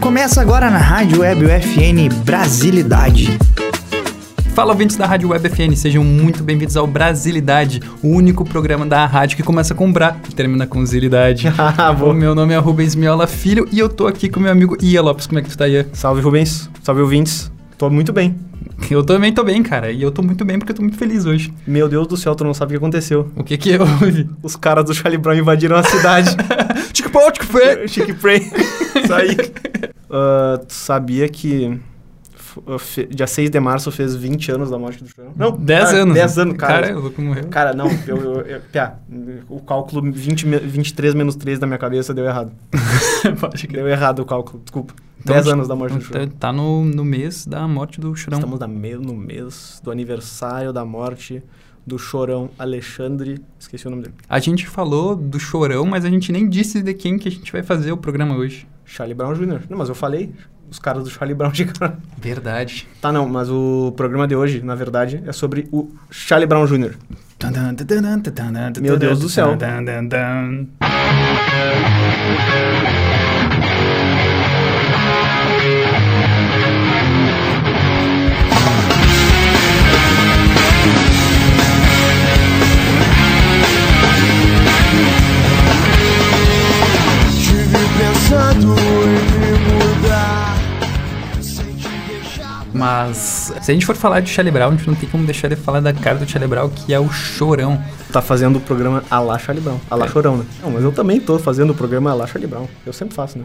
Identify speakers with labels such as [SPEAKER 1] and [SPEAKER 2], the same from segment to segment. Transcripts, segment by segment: [SPEAKER 1] Começa agora na Rádio Web UFN Brasilidade.
[SPEAKER 2] Fala, ouvintes da Rádio Web FN, sejam muito bem-vindos ao Brasilidade, o único programa da rádio que começa com Bra e termina com Zilidade.
[SPEAKER 1] Ah,
[SPEAKER 2] o meu nome é Rubens Miola Filho e eu tô aqui com meu amigo Ia Lopes. Como é que tu tá, Ia?
[SPEAKER 3] Salve, Rubens. Salve, ouvintes. Tô muito bem.
[SPEAKER 2] Eu também tô bem, cara, e eu tô muito bem porque eu tô muito feliz hoje.
[SPEAKER 3] Meu Deus do céu, tu não sabe o que aconteceu.
[SPEAKER 2] O que que eu ouvi? Tipo,
[SPEAKER 3] Os caras do Charlie Brown invadiram a cidade.
[SPEAKER 2] Tico pau, tico pé.
[SPEAKER 3] Chique Pray. Isso aí. Ah, tu sabia que f- ah, fe- dia 6 de março fez 20 anos da morte do Chorão? Não,
[SPEAKER 2] Dez
[SPEAKER 3] cara,
[SPEAKER 2] anos.
[SPEAKER 3] 10 anos, cara.
[SPEAKER 2] Cara, o louco morreu.
[SPEAKER 3] Cara, não, eu, eu, eu- piá, o cálculo 20, me- 23 menos 3 da minha cabeça deu errado.
[SPEAKER 2] Pode crer.
[SPEAKER 3] Deu errado o cálculo, desculpa.
[SPEAKER 2] Então,
[SPEAKER 3] 10 anos da morte do Chorão.
[SPEAKER 2] Tá, tá no, no mês da morte do Chorão.
[SPEAKER 3] Estamos na me- no mês do aniversário da morte do Chorão Alexandre. Esqueci o nome dele.
[SPEAKER 2] A gente falou do Chorão, mas a gente nem disse de quem que a gente vai fazer o programa hoje.
[SPEAKER 3] Charlie Brown Jr. Não, mas eu falei. Os caras do Charlie Brown Jr.
[SPEAKER 2] Verdade.
[SPEAKER 3] tá, não, mas o programa de hoje, na verdade, é sobre o Charlie Brown Jr.
[SPEAKER 2] Meu
[SPEAKER 3] Deus do céu.
[SPEAKER 4] Tive pensando em me mudar sem te deixar.
[SPEAKER 2] Mas se a gente for falar de Charlie Brown, a gente não tem como deixar de falar da cara do Charlie Brown, que é o Chorão.
[SPEAKER 3] Tá fazendo o programa a lá Charlie Brown. A
[SPEAKER 2] É.
[SPEAKER 3] lá Chorão, né? Não, mas eu também tô fazendo o programa a lá Charlie Brown. Eu sempre faço, né?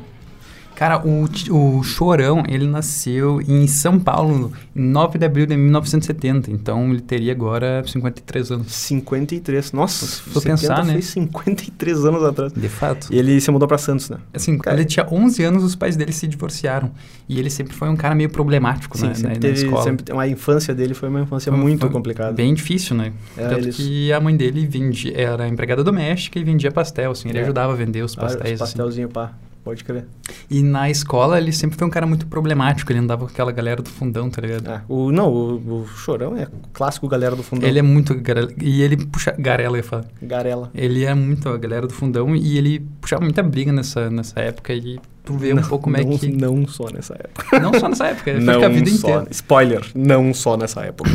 [SPEAKER 2] Cara, o, Ti- o Chorão, ele nasceu em São Paulo, em 9 de abril de 1970. Então ele teria agora 53 anos.
[SPEAKER 3] 53. Nossa,
[SPEAKER 2] Se for pensar, né?
[SPEAKER 3] foi 53 anos atrás.
[SPEAKER 2] De fato.
[SPEAKER 3] E ele se mudou pra Santos, né?
[SPEAKER 2] Assim, quando
[SPEAKER 3] Cara,
[SPEAKER 2] ele tinha 11 anos, os pais dele se divorciaram. E ele sempre foi um cara meio problemático
[SPEAKER 3] Sim,
[SPEAKER 2] na,
[SPEAKER 3] é? sempre
[SPEAKER 2] na- na
[SPEAKER 3] teve.
[SPEAKER 2] escola.
[SPEAKER 3] Sempre, a infância dele foi uma infância muito
[SPEAKER 2] Foi
[SPEAKER 3] complicada.
[SPEAKER 2] Bem difícil, né?
[SPEAKER 3] É,
[SPEAKER 2] Tanto
[SPEAKER 3] eles-
[SPEAKER 2] que a mãe dele vendia, era empregada doméstica e vendia pastel, assim. Ele
[SPEAKER 3] É.
[SPEAKER 2] ajudava a vender os
[SPEAKER 3] Ah, os
[SPEAKER 2] pastéis, assim.
[SPEAKER 3] pastelzinho, pá. Pode crer.
[SPEAKER 2] E na escola, ele sempre foi um cara muito problemático. Ele andava com aquela galera do fundão, tá ligado?
[SPEAKER 3] Ah, o, não, o, o Chorão é clássico galera do fundão.
[SPEAKER 2] Ele é muito garela. E ele puxa. Garela, eu ia falar.
[SPEAKER 3] Garela.
[SPEAKER 2] Ele é muito a galera do fundão e ele puxava muita briga nessa, nessa época. E tu vê um pouco como é
[SPEAKER 3] não,
[SPEAKER 2] que.
[SPEAKER 3] não só nessa época.
[SPEAKER 2] Não só nessa época, ele fica a vida
[SPEAKER 3] só.
[SPEAKER 2] inteira.
[SPEAKER 3] Spoiler, não só nessa época.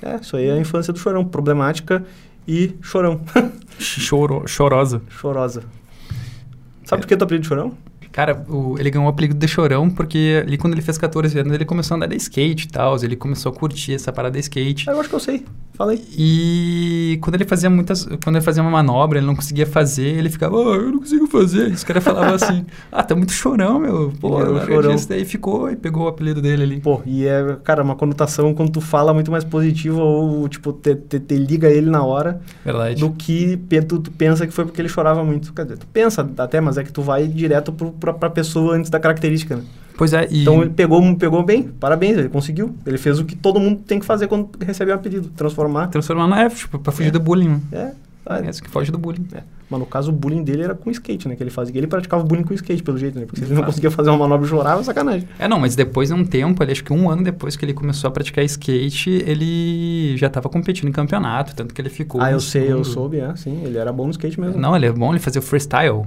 [SPEAKER 3] é, isso aí é a infância do chorão. Problemática e chorão.
[SPEAKER 2] Choro, chorosa.
[SPEAKER 3] Chorosa.
[SPEAKER 2] É.
[SPEAKER 3] Sabe por que tu apelido de chorão?
[SPEAKER 2] Cara, o- ele ganhou o apelido de Chorão porque ali quando ele fez 14 anos ele começou a andar de skate e tal, ele começou a curtir essa parada de skate.
[SPEAKER 3] Ah, eu acho que eu sei. Fala aí.
[SPEAKER 2] E quando ele fazia muitas, quando ele fazia uma manobra, ele não conseguia fazer, ele ficava, "Ah, eu não consigo fazer. Os caras falavam assim: "Ah, tá muito chorão, meu". Pô,
[SPEAKER 3] Ele era um
[SPEAKER 2] larga
[SPEAKER 3] chorão.
[SPEAKER 2] disso." daí ficou e pegou o apelido dele ali.
[SPEAKER 3] Pô, e é, cara, uma conotação quando tu fala muito mais positiva ou, tipo, te, te- te liga ele na hora
[SPEAKER 2] Verdade.
[SPEAKER 3] do que pe- tu, tu pensa que foi porque ele chorava muito. Quer dizer, tu pensa até, mas é que tu vai direto pro, pra, pra pessoa antes da característica, né?
[SPEAKER 2] Pois é, e
[SPEAKER 3] Então ele pegou, pegou bem, parabéns, ele conseguiu. Ele fez o que todo mundo tem que fazer quando recebe um apelido, transformar.
[SPEAKER 2] transformar na F, tipo, pra fugir do bullying. né?
[SPEAKER 3] É,
[SPEAKER 2] É.
[SPEAKER 3] sabe?
[SPEAKER 2] isso que foge do bullying.
[SPEAKER 3] É. Mas no caso o bullying dele era com skate, né? Que ele fazia. Ele praticava bullying com skate, pelo jeito, né? Porque se ele não conseguia fazer uma manobra e chorava, sacanagem.
[SPEAKER 2] É, não, mas depois de um tempo, ele, acho que um ano depois que ele começou a praticar skate, ele já tava competindo em campeonato, tanto que ele ficou.
[SPEAKER 3] ah,
[SPEAKER 2] em
[SPEAKER 3] eu sei, eu
[SPEAKER 2] segundo.
[SPEAKER 3] soube, é, sim. Ele era bom no skate mesmo.
[SPEAKER 2] Não, ele é bom, ele fazia o freestyle.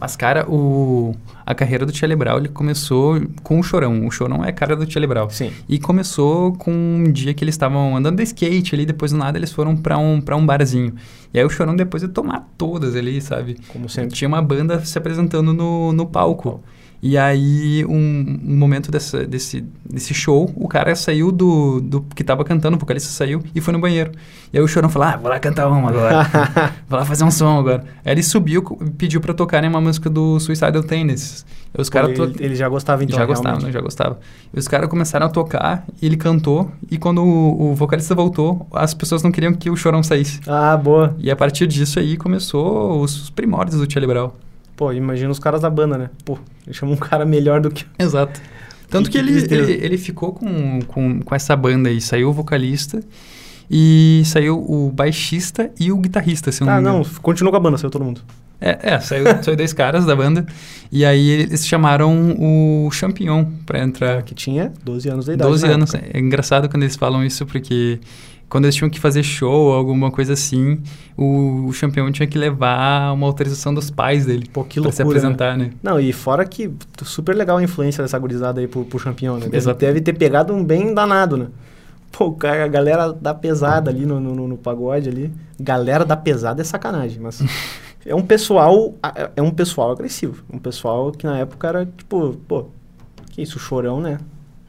[SPEAKER 2] Mas, cara, o, a carreira do Charlie Brown, ele começou com o Chorão. O Chorão é a cara do Charlie Brown.
[SPEAKER 3] Sim.
[SPEAKER 2] E começou com um dia que eles estavam andando de skate ali, depois do nada eles foram pra um, pra um barzinho. E aí o Chorão depois ia tomar todas ali, sabe?
[SPEAKER 3] Como sempre.
[SPEAKER 2] Tinha uma banda se apresentando no, no palco. E aí, um, um momento dessa, desse, desse show, o cara saiu do, do que tava cantando, o vocalista saiu e foi no banheiro. E aí o Chorão falou, ah, vou lá cantar uma agora. vou lá fazer um som agora. Aí ele subiu co- e pediu pra tocarem uma música do Suicidal Tennis. E os caras...
[SPEAKER 3] ele,
[SPEAKER 2] to-
[SPEAKER 3] ele já gostava então,
[SPEAKER 2] já gostava,
[SPEAKER 3] realmente.
[SPEAKER 2] né? já gostava. E os caras começaram a tocar, e ele cantou, e quando o, o vocalista voltou, as pessoas não queriam que o Chorão saísse.
[SPEAKER 3] Ah, boa.
[SPEAKER 2] E a partir disso aí começou os primórdios do Tia Liberal.
[SPEAKER 3] Pô, imagina os caras da banda, né? Pô, ele chamou um cara melhor do que.
[SPEAKER 2] Exato. Tanto
[SPEAKER 3] E
[SPEAKER 2] que
[SPEAKER 3] que
[SPEAKER 2] ele,
[SPEAKER 3] tristeza.
[SPEAKER 2] ele, ele ficou com, com, com essa banda aí. Saiu o vocalista e saiu o baixista e o guitarrista, se eu não
[SPEAKER 3] Ah,
[SPEAKER 2] me engano.
[SPEAKER 3] não, continua com a banda, saiu todo mundo.
[SPEAKER 2] É, é saiu, saiu dois caras da banda. E aí eles chamaram o Champignon pra entrar.
[SPEAKER 3] Que tinha 12 anos de idade.
[SPEAKER 2] 12
[SPEAKER 3] né?
[SPEAKER 2] anos. É engraçado quando eles falam isso, porque Quando eles tinham que fazer show ou alguma coisa assim, o, o campeão tinha que levar uma autorização dos pais dele
[SPEAKER 3] Pô, que
[SPEAKER 2] pra se
[SPEAKER 3] loucura. né?
[SPEAKER 2] apresentar, né?
[SPEAKER 3] Não, e fora que t- super legal a influência dessa gurizada aí pro, pro campeão, né? Deve-
[SPEAKER 2] Exato.
[SPEAKER 3] Deve ter pegado um bem danado, né? Pô, o cara, a galera da pesada ali no, no- no- no pagode ali. Galera da pesada é sacanagem, mas. é um pessoal. a- É um pessoal agressivo. Um pessoal que na época era tipo, pô, que isso, chorão, né?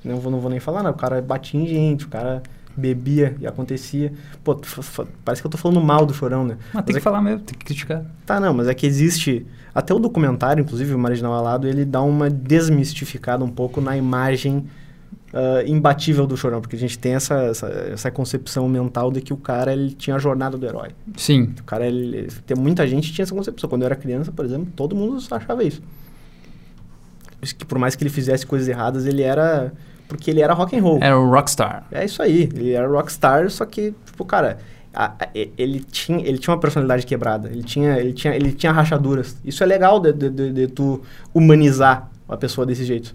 [SPEAKER 3] Não vou, não vou nem falar, não. O cara batia em gente, o cara bebia e acontecia. Pô, f- f- parece que eu tô falando mal do chorão, né?
[SPEAKER 2] Mas tem
[SPEAKER 3] é
[SPEAKER 2] que falar mesmo, tem que criticar.
[SPEAKER 3] Tá, não, mas é que existe. Até o documentário, inclusive, o Marginal Alado, ele dá uma desmistificada um pouco na imagem ah, imbatível do chorão, porque a gente tem essa, essa, essa concepção mental de que o cara ele tinha a jornada do herói.
[SPEAKER 2] Sim,
[SPEAKER 3] O cara, ele, ele- tem muita gente que tinha essa concepção. Quando eu era criança, por exemplo, todo mundo achava isso. Isso que por mais que ele fizesse coisas erradas, ele era. Porque ele era rock and roll.
[SPEAKER 2] era o Rockstar.
[SPEAKER 3] É isso aí, ele era rockstar, só que, tipo, cara, a- a- e- ele, tinha, ele tinha uma personalidade quebrada, ele tinha, ele tinha, ele tinha rachaduras. Isso é legal de, de- de- de tu humanizar uma pessoa desse jeito.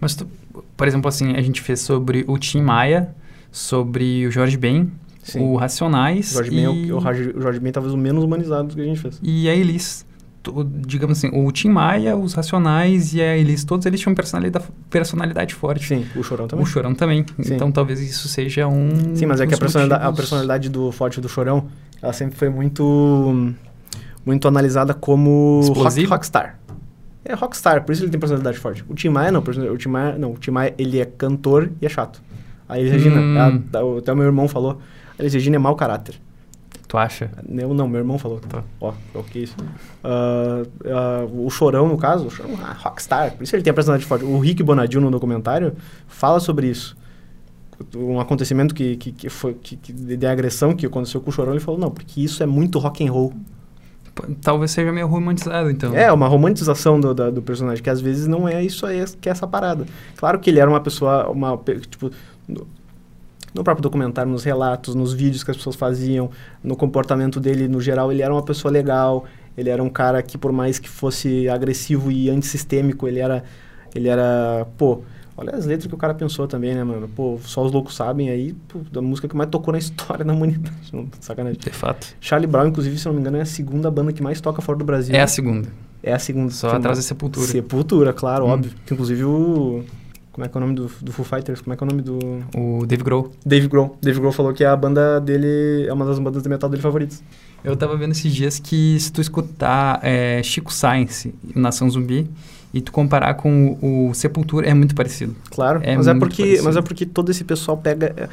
[SPEAKER 2] Mas, tu- por exemplo, assim, a gente fez sobre o Tim Maia, sobre o Jorge Ben, o Racionais
[SPEAKER 3] O Jorge
[SPEAKER 2] e...
[SPEAKER 3] Ben é o, o Jorge, o Jorge Ben é talvez o menos humanizado que a gente fez.
[SPEAKER 2] e a Elis. To- Digamos assim, o Tim Maia, os Racionais e a Elis, todos eles tinham personalidade, personalidade forte.
[SPEAKER 3] Sim, o Chorão também.
[SPEAKER 2] O Chorão também.
[SPEAKER 3] Sim.
[SPEAKER 2] Então talvez isso seja um.
[SPEAKER 3] Sim, mas é que a
[SPEAKER 2] dos
[SPEAKER 3] personalidade, a
[SPEAKER 2] motivos.
[SPEAKER 3] personalidade do forte do Chorão, ela sempre foi muito muito analisada como rock,
[SPEAKER 2] Explosivo?
[SPEAKER 3] rockstar. É rockstar, por isso ele tem personalidade forte. O Tim Maia não, person- o Tim Maia, não, o Tim Maia, ele é cantor e é chato. A Elis Regina,
[SPEAKER 2] Hum.
[SPEAKER 3] a- a- o- até o meu irmão falou, a Elis Regina é mau caráter.
[SPEAKER 2] Tu acha?
[SPEAKER 3] Eu não, meu irmão falou.
[SPEAKER 2] Tá.
[SPEAKER 3] Ó, o que é isso? Ah, ah, o Chorão, no caso, o Chorão, ah, rockstar, por isso ele tem a personalidade forte. O Rick Bonadil, no documentário, fala sobre isso. Um acontecimento que, que, que foi que, que- de de agressão que aconteceu com o Chorão, ele falou, não, porque isso é muito rock and roll.
[SPEAKER 2] P- Talvez seja meio romantizado, então.
[SPEAKER 3] É, uma romantização do, da- do personagem, que às vezes não é isso aí que é essa parada. Claro que ele era uma pessoa, uma, pe- tipo, no, no próprio documentário, nos relatos, nos vídeos que as pessoas faziam, no comportamento dele, no geral, ele era uma pessoa legal, ele era um cara que, por mais que fosse agressivo e antissistêmico, ele era, ele era, pô... Olha as letras que o cara pensou também, né, mano? Pô, só os loucos sabem aí, pô, da música que mais tocou na história da humanidade. Não, Sacanagem.
[SPEAKER 2] De fato.
[SPEAKER 3] Charlie Brown, inclusive, se eu não me engano, é a segunda banda que mais toca fora do Brasil.
[SPEAKER 2] É a segunda.
[SPEAKER 3] É a segunda.
[SPEAKER 2] Só
[SPEAKER 3] que-
[SPEAKER 2] atrás da sepultura.
[SPEAKER 3] Sepultura, claro,
[SPEAKER 2] Hum.
[SPEAKER 3] óbvio. Que inclusive o. Como é que é o nome do, do Foo Fighters? Como é que é o nome do.
[SPEAKER 2] O Dave Grohl.
[SPEAKER 3] Dave Grohl. Dave Grohl falou que a banda dele é uma das bandas de metal dele favoritas.
[SPEAKER 2] Eu tava vendo esses dias que se tu escutar é, Chico Science, Nação Zumbi, e tu comparar com o, o Sepultura, é muito parecido.
[SPEAKER 3] Claro.
[SPEAKER 2] É
[SPEAKER 3] mas, é
[SPEAKER 2] muito
[SPEAKER 3] porque,
[SPEAKER 2] parecido.
[SPEAKER 3] mas é porque todo esse pessoal pega. é,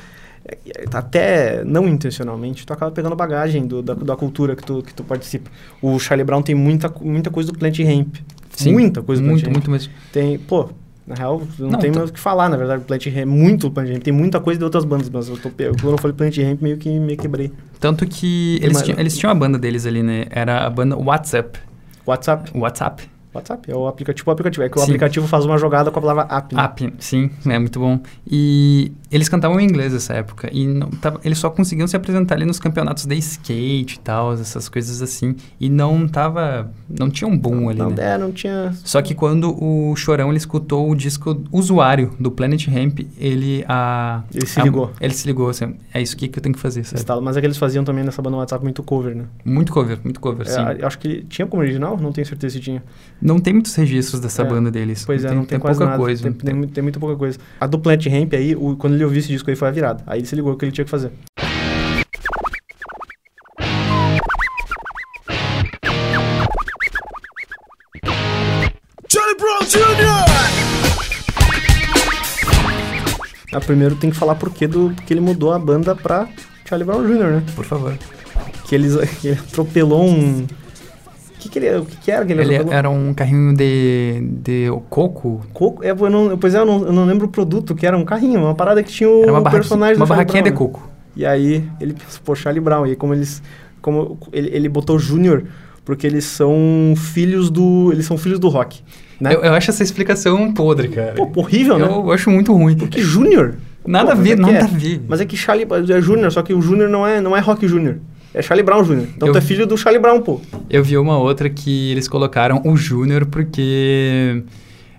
[SPEAKER 3] é, é, Até não intencionalmente, tu acaba pegando bagagem do- da, da cultura que tu, que tu participa. O Charlie Brown tem muita, co- muita coisa do Plant Ramp.
[SPEAKER 2] Sim,
[SPEAKER 3] muita coisa do Plant
[SPEAKER 2] Muito,
[SPEAKER 3] Ramp.
[SPEAKER 2] muito mesmo.
[SPEAKER 3] Tem, pô, na real, não,
[SPEAKER 2] Não,
[SPEAKER 3] tem
[SPEAKER 2] tá-
[SPEAKER 3] mais o que falar, na verdade. Plant Ramp, muito Plant Ramp. Tem muita coisa de outras bandas, mas eu tô, pe- quando eu falei Plant Ramp, meio que me quebrei.
[SPEAKER 2] Tanto que
[SPEAKER 3] Tem
[SPEAKER 2] eles,
[SPEAKER 3] mais-
[SPEAKER 2] tinham, eles tinham a banda deles ali, né? Era a banda WhatsApp.
[SPEAKER 3] WhatsApp.
[SPEAKER 2] WhatsApp.
[SPEAKER 3] WhatsApp é o aplicativo, o aplicativo. É que o
[SPEAKER 2] Sim.
[SPEAKER 3] aplicativo faz uma jogada com a palavra app. né?
[SPEAKER 2] App, sim, é muito bom. E eles cantavam em inglês nessa época. E não tava- eles só conseguiam se apresentar ali nos campeonatos de skate e tal, essas coisas assim. E não tava. Não tinha um boom ali,
[SPEAKER 3] não,
[SPEAKER 2] né?
[SPEAKER 3] É, não tinha.
[SPEAKER 2] Só que quando o Chorão ele escutou o disco usuário do Planet Ramp, ele a
[SPEAKER 3] Ele se
[SPEAKER 2] a-
[SPEAKER 3] ligou.
[SPEAKER 2] ele se ligou assim, é isso aqui que eu tenho que fazer, sabe?
[SPEAKER 3] Estalo. Mas é que eles faziam também nessa banda WhatsApp muito cover, né?
[SPEAKER 2] Muito cover, muito cover,
[SPEAKER 3] É,
[SPEAKER 2] sim.
[SPEAKER 3] a- acho que tinha como original, não tenho certeza se tinha.
[SPEAKER 2] Não tem muitos registros dessa
[SPEAKER 3] É,
[SPEAKER 2] banda deles.
[SPEAKER 3] Pois é, não tem, quase
[SPEAKER 2] pouca
[SPEAKER 3] nada.
[SPEAKER 2] coisa.
[SPEAKER 3] Tem, tem, muito- tem muito pouca coisa. A do Plant Ramp aí, o- quando ele ouviu esse disco aí, foi a virada. Aí ele se ligou o que ele tinha que fazer.
[SPEAKER 4] Charlie Brown Jr.
[SPEAKER 3] Ah, primeiro tem que falar por que do, porque ele mudou a banda pra Charlie Brown Jr., né?
[SPEAKER 2] Por favor.
[SPEAKER 3] Que, eles, que ele atropelou um. O que, que ele, o que, que era que ele,
[SPEAKER 2] Ele
[SPEAKER 3] atropelou?
[SPEAKER 2] era um carrinho de, de coco.
[SPEAKER 3] Coco? É, eu não, pois é, eu não, eu não lembro o produto, que era um carrinho, uma parada que tinha o
[SPEAKER 2] Era uma, barraqui-
[SPEAKER 3] personagem
[SPEAKER 2] uma
[SPEAKER 3] do Charlie
[SPEAKER 2] barraquinha de
[SPEAKER 3] Brown, né?
[SPEAKER 2] coco.
[SPEAKER 3] E aí ele pensou, pô, Charlie Brown. E aí como eles. Como ele, ele botou Júnior, porque eles são filhos do. Eles são filhos do rock. Né?
[SPEAKER 2] Eu, eu acho essa explicação podre, cara.
[SPEAKER 3] Pô, horrível, né?
[SPEAKER 2] eu acho muito ruim.
[SPEAKER 3] Que Júnior?
[SPEAKER 2] Nada a
[SPEAKER 3] mas
[SPEAKER 2] ver,
[SPEAKER 3] é que
[SPEAKER 2] nada
[SPEAKER 3] é.
[SPEAKER 2] a ver.
[SPEAKER 3] Mas é que Charlie é Júnior, só que o Júnior não é, não é rock Júnior. É Charlie Brown Júnior. Então
[SPEAKER 2] Eu-
[SPEAKER 3] tu é filho do Charlie Brown, pô.
[SPEAKER 2] Eu vi uma outra que eles colocaram o Júnior porque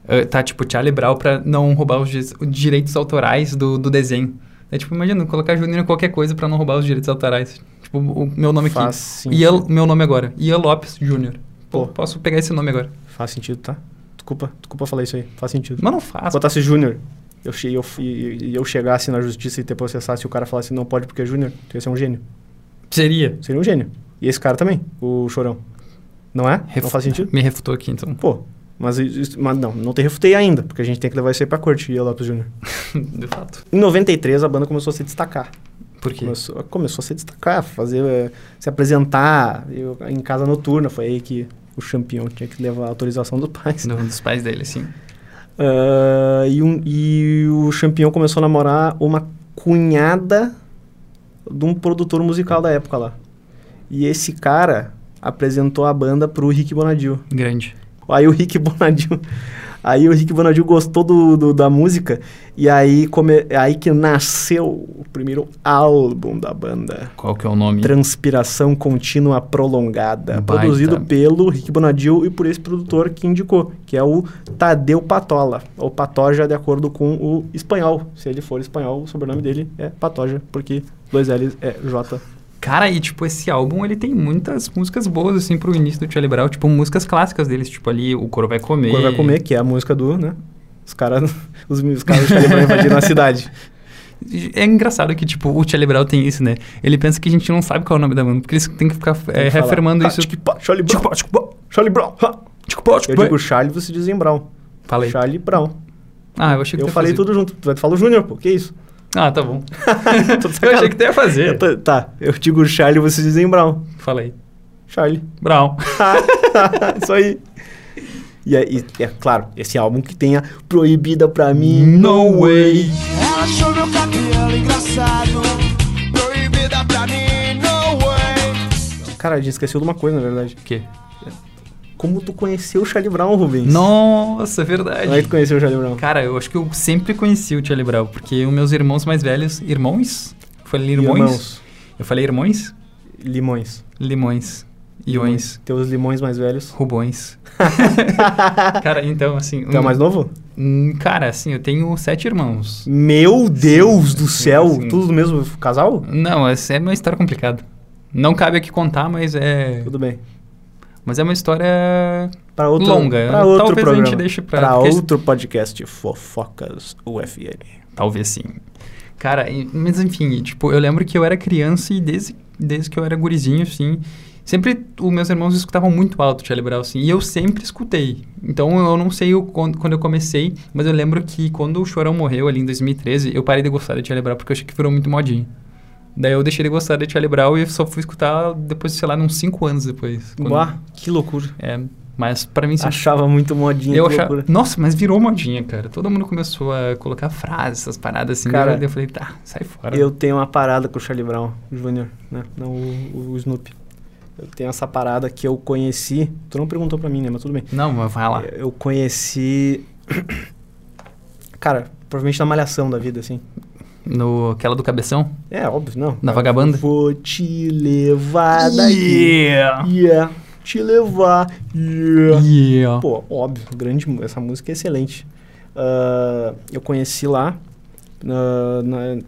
[SPEAKER 2] eh, tá tipo Charlie Brown pra não roubar os dis- os direitos autorais do, do desenho. É tipo, imagina, colocar Júnior em qualquer coisa pra não roubar os direitos autorais. Tipo, o meu nome
[SPEAKER 3] Faz
[SPEAKER 2] aqui.
[SPEAKER 3] sentido.
[SPEAKER 2] Ian, meu nome agora. Ian Lopes Júnior. Pô,
[SPEAKER 3] Pô.
[SPEAKER 2] posso pegar esse nome agora.
[SPEAKER 3] Faz sentido, tá? Desculpa, desculpa falar isso aí. Faz sentido.
[SPEAKER 2] Mas não faz.
[SPEAKER 3] Botasse Júnior. Eu, che- eu, e e eu chegasse na justiça e te processasse e o cara falasse não pode porque é Júnior, tu ia ser um gênio.
[SPEAKER 2] Seria.
[SPEAKER 3] Seria um gênio. E esse cara também, o Chorão. Não é? Não
[SPEAKER 2] Refu-
[SPEAKER 3] faz sentido?
[SPEAKER 2] Me refutou aqui, então.
[SPEAKER 3] Pô, mas, isso- mas não, não te refutei ainda, porque a gente tem que levar isso aí pra corte, Ian Lopes Júnior.
[SPEAKER 2] De fato.
[SPEAKER 3] Em 93, a banda começou a se destacar.
[SPEAKER 2] Por quê?
[SPEAKER 3] Começou, começou a se destacar, fazer, eh, se apresentar eu- em casa noturna. Foi aí que o campeão tinha que levar a autorização dos pais.
[SPEAKER 2] Do- Dos pais dele, assim.
[SPEAKER 3] Ah, e, um- e o campeão começou a namorar uma cunhada de um produtor musical da época lá. E esse cara apresentou a banda pro Rick Bonadil.
[SPEAKER 2] Grande.
[SPEAKER 3] Aí o Rick Bonadil. Aí o Rick Bonadil gostou do, do- da música. E aí, come, aí que nasceu o primeiro álbum da banda.
[SPEAKER 2] Qual que é o nome?
[SPEAKER 3] Transpiração Contínua Prolongada.
[SPEAKER 2] Baita.
[SPEAKER 3] Produzido pelo Rick Bonadil e por esse produtor que indicou, que é o Tadeu Patola. Ou Patoja, de acordo com o espanhol. Se ele for espanhol, o sobrenome dele é Patoja, porque dois L's é J.
[SPEAKER 2] Cara, e tipo, esse álbum ele tem muitas músicas boas, assim, pro início do Charlie Brown, tipo, músicas clássicas deles, tipo ali, O Coro Vai Comer.
[SPEAKER 3] Quando vai comer, que é a música do, né? Os caras, os, os caras do Calibre invadiram a cidade.
[SPEAKER 2] É engraçado que, tipo, o Charlie Brown tem isso, né? Ele pensa que a gente não sabe qual é o nome da banda, porque eles têm que ficar é,
[SPEAKER 3] Tem que falar,
[SPEAKER 2] reafirmando
[SPEAKER 3] "Ah, tipo,
[SPEAKER 2] isso.
[SPEAKER 3] tchiquipá, Charlie Brown.
[SPEAKER 2] Tchiquipá, tchiquipá,
[SPEAKER 3] Charlie Brown. ha."
[SPEAKER 2] tchiquipá,
[SPEAKER 3] Eu
[SPEAKER 2] tchiquipá.
[SPEAKER 3] digo Charlie, você diz em Brown.
[SPEAKER 2] Falei.
[SPEAKER 3] Charlie Brown.
[SPEAKER 2] Ah, eu achei que
[SPEAKER 3] Eu
[SPEAKER 2] tu ia
[SPEAKER 3] falei
[SPEAKER 2] fazer.
[SPEAKER 3] tudo junto. Tu vai falar o Júnior, pô. Que isso?
[SPEAKER 2] Ah, tá bom.
[SPEAKER 3] Tô de
[SPEAKER 2] eu
[SPEAKER 3] sacanagem.
[SPEAKER 2] achei que tu ia fazer.
[SPEAKER 3] Eu tô- Tá, eu digo Charlie, você diz em Brown.
[SPEAKER 2] Falei.
[SPEAKER 3] Charlie.
[SPEAKER 2] Brown.
[SPEAKER 3] Isso aí. E é, e é claro, esse álbum que tenha proibida pra mim.
[SPEAKER 2] No way.
[SPEAKER 4] Ela achou meu cabelo engraçado. Proibida pra mim, no way.
[SPEAKER 3] Cara, a gente esqueceu de uma coisa, na verdade.
[SPEAKER 2] O quê?
[SPEAKER 3] Como tu conheceu o Charlie Brown, Rubens?
[SPEAKER 2] Nossa, é
[SPEAKER 3] Como é que
[SPEAKER 2] verdade.
[SPEAKER 3] tu conheceu o Charlie Brown?
[SPEAKER 2] Cara, eu acho que eu sempre conheci o Charlie Brown, porque os meus irmãos mais velhos. Irmãos? Falei irmãos?
[SPEAKER 3] Irmãos.
[SPEAKER 2] Eu falei irmãos?
[SPEAKER 3] Limões.
[SPEAKER 2] Limões. Iões.
[SPEAKER 3] Teus limões mais velhos.
[SPEAKER 2] Rubões. cara, então, assim.
[SPEAKER 3] Tu é
[SPEAKER 2] um-
[SPEAKER 3] mais novo?
[SPEAKER 2] Hum, Cara, assim, eu tenho sete irmãos.
[SPEAKER 3] Meu Deus do céu!
[SPEAKER 2] sim.
[SPEAKER 3] Tudo do mesmo casal?
[SPEAKER 2] Não, essa é uma história complicada. Não cabe aqui contar, mas é.
[SPEAKER 3] Tudo bem.
[SPEAKER 2] Mas é uma história.
[SPEAKER 3] Para outro,
[SPEAKER 2] Longa. né?
[SPEAKER 3] pra outro
[SPEAKER 2] Talvez a gente
[SPEAKER 3] programa.
[SPEAKER 2] deixe pra-
[SPEAKER 3] Pra
[SPEAKER 2] porque-
[SPEAKER 3] outro podcast Fofocas UFN.
[SPEAKER 2] Talvez sim. Cara, e- mas enfim, e, tipo, eu lembro que eu era criança e desde, desde que eu era gurizinho, assim. Sempre os meus irmãos escutavam muito alto Charlie Brown, assim, e eu sempre escutei. Então eu não sei o, quando, quando eu comecei, mas eu lembro que quando o Chorão morreu ali em 2013, eu parei de gostar de Charlie Brown porque eu achei que virou muito modinho. Daí eu deixei de gostar de Charlie Brown e só fui escutar depois, sei lá, uns 5 anos depois. quando-
[SPEAKER 3] Uá, que loucura.
[SPEAKER 2] É, mas pra mim sempre
[SPEAKER 3] Achava muito modinha,
[SPEAKER 2] eu
[SPEAKER 3] que
[SPEAKER 2] achava.
[SPEAKER 3] loucura.
[SPEAKER 2] Nossa, mas virou modinha, cara. Todo mundo começou a colocar frases, essas paradas assim.
[SPEAKER 3] Cara,
[SPEAKER 2] daí eu falei, tá, sai fora.
[SPEAKER 3] Eu tenho uma parada com o Charlie Brown Jr., né? Não o, o Snoop. Eu tenho essa parada que eu conheci. Tu não perguntou pra mim, né? Mas tudo bem.
[SPEAKER 2] Não, mas vai lá.
[SPEAKER 3] Eu conheci. Cara, provavelmente na malhação da vida, assim.
[SPEAKER 2] No, aquela do cabeção?
[SPEAKER 3] É, óbvio, não.
[SPEAKER 2] Na vagabanda?
[SPEAKER 3] Vou te levar daqui.
[SPEAKER 2] Yeah!
[SPEAKER 3] Yeah. Te levar. Yeah.
[SPEAKER 2] Yeah!
[SPEAKER 3] Pô, óbvio, grande, mu- essa música é excelente. Ah, eu conheci lá na, na,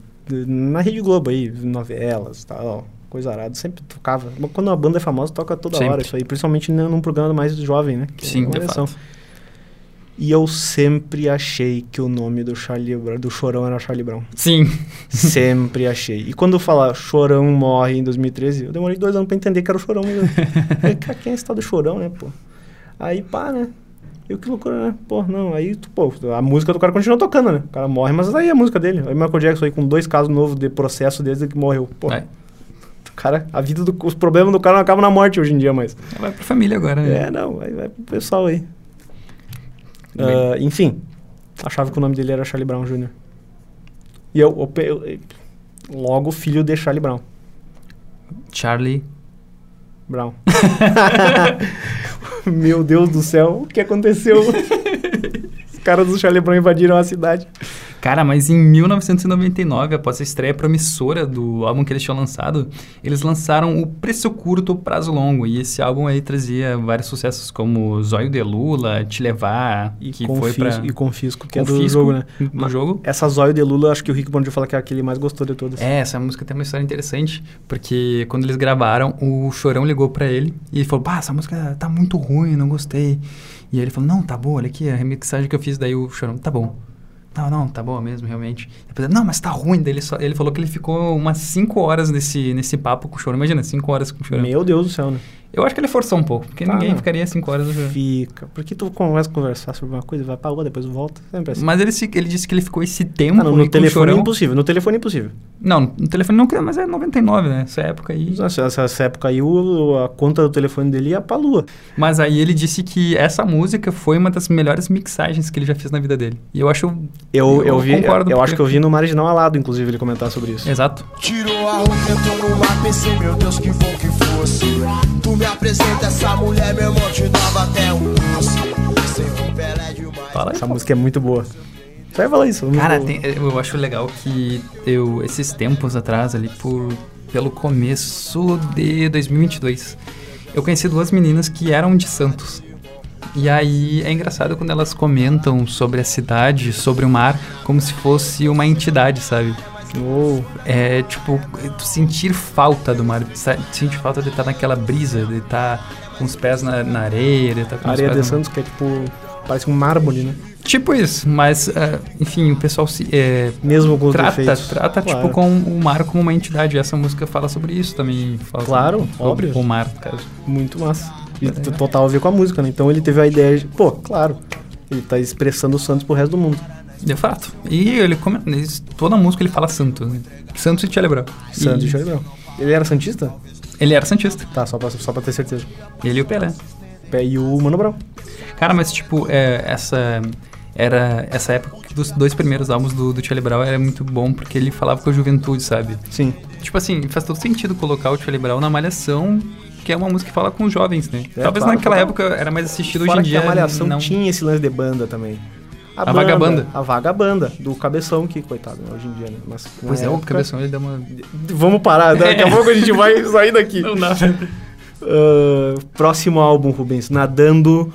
[SPEAKER 3] na Rede Globo aí, novelas e tal, coisa arada, sempre tocava. Mas Quando uma banda é famosa, toca toda
[SPEAKER 2] Sempre.
[SPEAKER 3] hora isso aí, principalmente num num programa mais jovem, né? que é
[SPEAKER 2] Sim,
[SPEAKER 3] uma
[SPEAKER 2] de
[SPEAKER 3] versão.
[SPEAKER 2] fato.
[SPEAKER 3] E eu sempre achei que o nome do Charlie Brown, do Chorão era Charlie Brown.
[SPEAKER 2] Sim.
[SPEAKER 3] Sempre achei. E quando eu falar Chorão morre em 2013, eu demorei dois anos pra entender que era o Chorão. mesmo. Falei, cara, Quem é esse tal do Chorão, né, pô? Aí pá, né? Eu que loucura, né? Pô, não, aí, tu, pô, a música do cara continua tocando, né? O cara morre, mas aí é a música dele. Aí Michael Jackson aí com dois casos novos de processo desde que morreu. Pô,
[SPEAKER 2] Vai.
[SPEAKER 3] o cara, a vida, do, os problemas do cara não acabam na morte hoje em dia, mas...
[SPEAKER 2] Vai pra família agora, né?
[SPEAKER 3] É, não, vai, vai pro pessoal aí.
[SPEAKER 2] Bem.
[SPEAKER 3] Ah, enfim, achava que o nome dele era Charlie Brown Jr. E eu, eu pe- eu- eu- logo filho de Charlie Brown.
[SPEAKER 2] Charlie.
[SPEAKER 3] Brown. Meu Deus do céu, o que aconteceu? Os caras do Charlie Brown invadiram a cidade.
[SPEAKER 2] Cara, mas em 1999, após a estreia promissora do álbum que eles tinham lançado, eles lançaram o Preço Curto, Prazo Longo. E esse álbum aí trazia vários sucessos como Zóio de Lula, Te Levar,
[SPEAKER 3] E,
[SPEAKER 2] que foi
[SPEAKER 3] confisco,
[SPEAKER 2] pra...
[SPEAKER 3] e confisco, que é do
[SPEAKER 2] Confisco,
[SPEAKER 3] jogo, né?
[SPEAKER 2] Do jogo.
[SPEAKER 3] Essa zóio de Lula, acho que o Rick Bondio fala que é a que ele mais gostou de todas.
[SPEAKER 2] É, essa música tem uma história interessante, porque quando eles gravaram, o Chorão ligou pra ele e ele falou: Pá, essa música tá muito ruim, não gostei. E aí ele falou: Não, tá boa, olha aqui a remixagem que eu fiz. Daí o Chorão: Tá bom. Não, não, tá boa mesmo, realmente. Depois, ele, não, mas tá ruim. Daí ele, só- ele falou que ele ficou umas 5 horas nesse, nesse papo com o Chorão. Imagina, 5 horas com o Chorão.
[SPEAKER 3] Meu Deus do céu, né?
[SPEAKER 2] Eu acho que ele forçou um pouco, porque
[SPEAKER 3] Tá,
[SPEAKER 2] ninguém
[SPEAKER 3] não.
[SPEAKER 2] ficaria 5 horas no Chorão.
[SPEAKER 3] Fica. Porque tu começa a conversar sobre uma coisa, vai pra outra, depois volta. Sempre assim.
[SPEAKER 2] Mas ele, se- ele disse que ele ficou esse tempo
[SPEAKER 3] Ah, não,
[SPEAKER 2] aí Tá,
[SPEAKER 3] no
[SPEAKER 2] com o
[SPEAKER 3] telefone é
[SPEAKER 2] Chorão.
[SPEAKER 3] impossível. No telefone é impossível.
[SPEAKER 2] Não, no telefone não, mas é 99, né? Essa época aí.
[SPEAKER 3] Nessa, nessa época aí, o- a conta do telefone dele ia pra lua.
[SPEAKER 2] Mas aí ele disse que essa música foi uma das melhores mixagens que ele já fez na vida dele. E eu acho.
[SPEAKER 3] Eu, eu, vi,
[SPEAKER 2] concordo,
[SPEAKER 3] eu, eu acho
[SPEAKER 2] porque-
[SPEAKER 3] que eu vi no Marginal Alado, inclusive, ele comentar sobre isso.
[SPEAKER 2] Exato.
[SPEAKER 4] Tirou a roupa, entrou no ar, pensei, meu Deus, que bom que fosse. Tu me apresenta essa mulher, meu irmão, te dava até um doce. Sem roupa ela é demais.
[SPEAKER 2] Fala aí.
[SPEAKER 3] Essa música é muito boa. Você vai falar isso. é muito
[SPEAKER 2] Cara,
[SPEAKER 3] boa.
[SPEAKER 2] tem- eu acho legal que eu, esses tempos atrás, ali por, pelo começo de 2022, eu conheci duas meninas que eram de Santos. E aí é engraçado quando elas comentam sobre a cidade, sobre o mar, como se fosse uma entidade, sabe?
[SPEAKER 3] Uou.
[SPEAKER 2] É tipo, tu sentir falta do mar, sa- sentir falta de estar naquela brisa, de estar com os pés na, na areia, de estar com
[SPEAKER 3] A
[SPEAKER 2] os
[SPEAKER 3] areia
[SPEAKER 2] pés né?
[SPEAKER 3] de
[SPEAKER 2] na-
[SPEAKER 3] Santos, que é tipo. Parece um mármore, né?
[SPEAKER 2] Tipo isso, mas ah, enfim, o pessoal se é,
[SPEAKER 3] Mesmo com os
[SPEAKER 2] trata,
[SPEAKER 3] defeitos.
[SPEAKER 2] trata
[SPEAKER 3] Claro.
[SPEAKER 2] tipo com o mar como uma entidade. Essa música fala sobre isso também. Fala
[SPEAKER 3] Claro,
[SPEAKER 2] sobre,
[SPEAKER 3] óbvio.
[SPEAKER 2] sobre o mar, no caso.
[SPEAKER 3] Muito massa. E t- total a ver com a música, né? Então ele teve a ideia de. Pô, claro. Ele tá expressando o Santos pro resto do mundo.
[SPEAKER 2] De fato. E ele come, eles- toda música ele fala Santos, né? Santos e Tia Lebrão.
[SPEAKER 3] Santos e Charlie Brown. Ele era Santista?
[SPEAKER 2] Ele era Santista.
[SPEAKER 3] Tá, só pra, só pra ter certeza.
[SPEAKER 2] Ele e o Pelé.
[SPEAKER 3] Pé E o Mano Brown.
[SPEAKER 2] Cara, mas tipo, é, essa era essa época que dos dois primeiros álbuns do, do Charlie Brown era muito bom porque ele falava com a juventude, sabe?
[SPEAKER 3] Sim.
[SPEAKER 2] Tipo assim, faz todo sentido colocar o Charlie Brown na Malhação, que é uma música que fala com os jovens, né?
[SPEAKER 3] É,
[SPEAKER 2] Talvez
[SPEAKER 3] claro,
[SPEAKER 2] naquela
[SPEAKER 3] claro.
[SPEAKER 2] época era mais assistido
[SPEAKER 3] Fora
[SPEAKER 2] hoje em dia.
[SPEAKER 3] que a Malhação
[SPEAKER 2] não.
[SPEAKER 3] tinha esse lance de banda também.
[SPEAKER 2] A vagabanda.
[SPEAKER 3] A vagabanda, do Cabeção, que coitado, né, hoje em dia, né? Mas, na
[SPEAKER 2] Pois é, o
[SPEAKER 3] época-
[SPEAKER 2] cabeção ele deu uma.
[SPEAKER 3] Vamos parar, né, daqui a pouco a gente vai sair daqui.
[SPEAKER 2] dá.
[SPEAKER 3] Ah, próximo álbum, Rubens, Nadando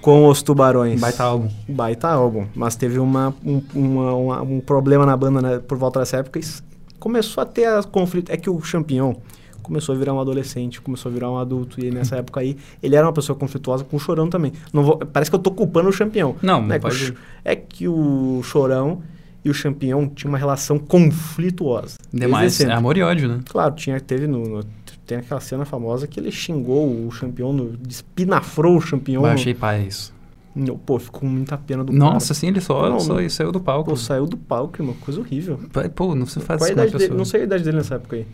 [SPEAKER 3] com os Tubarões.
[SPEAKER 2] Baita álbum.
[SPEAKER 3] Baita álbum, mas teve uma, um, uma- uma- um problema na banda né, por volta dessa época. e s- começou a ter as conflitos. É que o Champignon começou a virar um adolescente, começou a virar um adulto. E nessa época aí, ele era uma pessoa conflituosa com o Chorão também. Não vou- parece que eu tô culpando o Champignon.
[SPEAKER 2] Não, não
[SPEAKER 3] é, que o,
[SPEAKER 2] pode-
[SPEAKER 3] Ch- é que o Chorão e o Champignon tinham uma relação conflituosa. desde
[SPEAKER 2] Demais. É
[SPEAKER 3] sempre.
[SPEAKER 2] amor e ódio, né?
[SPEAKER 3] Claro, tinha, teve no, no- Tem aquela cena famosa que ele xingou o Champignon, no- espinafrou o Champignon.
[SPEAKER 2] Eu
[SPEAKER 3] no-
[SPEAKER 2] achei pai é isso.
[SPEAKER 3] no- pô, ficou muita pena do cara.
[SPEAKER 2] Nossa, assim, ele só,
[SPEAKER 3] Não,
[SPEAKER 2] só
[SPEAKER 3] não.
[SPEAKER 2] saiu do palco.
[SPEAKER 3] Pô, saiu do palco, uma coisa horrível.
[SPEAKER 2] Pô, não se faz
[SPEAKER 3] Qual
[SPEAKER 2] isso
[SPEAKER 3] a
[SPEAKER 2] com uma
[SPEAKER 3] idade dele?
[SPEAKER 2] pessoa.
[SPEAKER 3] Não sei a idade dele nessa época aí.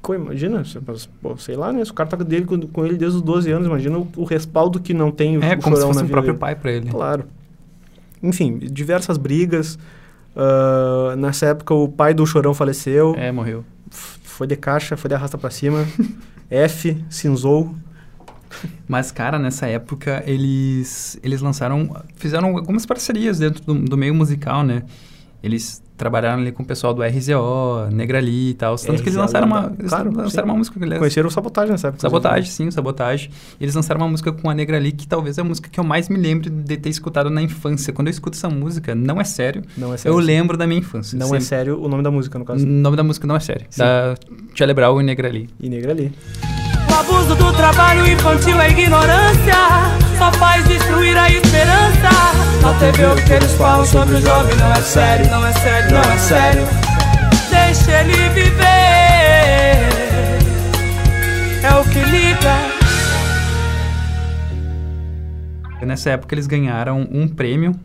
[SPEAKER 3] Co- imagina, se- mas, pô, sei lá, né? Se o cara tá com, dele, com, com ele desde os 12 anos, imagina o, o respaldo que não tem o
[SPEAKER 2] É,
[SPEAKER 3] o
[SPEAKER 2] como se
[SPEAKER 3] Chorão na
[SPEAKER 2] fosse um
[SPEAKER 3] vida
[SPEAKER 2] próprio
[SPEAKER 3] dele.
[SPEAKER 2] pai pra ele.
[SPEAKER 3] Claro. Enfim, diversas brigas. Ah, nessa época, o pai do Chorão faleceu.
[SPEAKER 2] É, morreu.
[SPEAKER 3] F- Foi de caixa, foi de arrasta pra cima. F, cinzou.
[SPEAKER 2] Mas, cara, nessa época eles, eles lançaram, fizeram algumas parcerias dentro do, do meio musical, né? Eles trabalharam ali com o pessoal do RZO, Negrali e tal. Tanto que eles
[SPEAKER 3] RZO,
[SPEAKER 2] lançaram uma,
[SPEAKER 3] tá.
[SPEAKER 2] eles
[SPEAKER 3] Claro,
[SPEAKER 2] lançaram
[SPEAKER 3] sim.
[SPEAKER 2] uma música que eles
[SPEAKER 3] Conheceram o Sabotagem nessa época.
[SPEAKER 2] É.
[SPEAKER 3] né?
[SPEAKER 2] Sabotagem, sim, Sabotagem. Eles lançaram uma música com a Negra Lee, que talvez é a música que eu mais me lembro de ter escutado na infância. Quando eu escuto essa música, não é sério,
[SPEAKER 3] Não é sério.
[SPEAKER 2] eu lembro da minha infância.
[SPEAKER 3] Não é
[SPEAKER 2] sempre.
[SPEAKER 3] sério o nome da música, no caso.
[SPEAKER 2] O nome da música não é sério. Da Tia Lebral e Negra Lee.
[SPEAKER 3] E negra ali.
[SPEAKER 5] O abuso do trabalho infantil é ignorância Só faz destruir a esperança Na TV o que eles falam sobre o jovem não é sério, não é sério, não é sério Deixa ele viver É o que liga
[SPEAKER 2] Nessa época eles ganharam um prêmio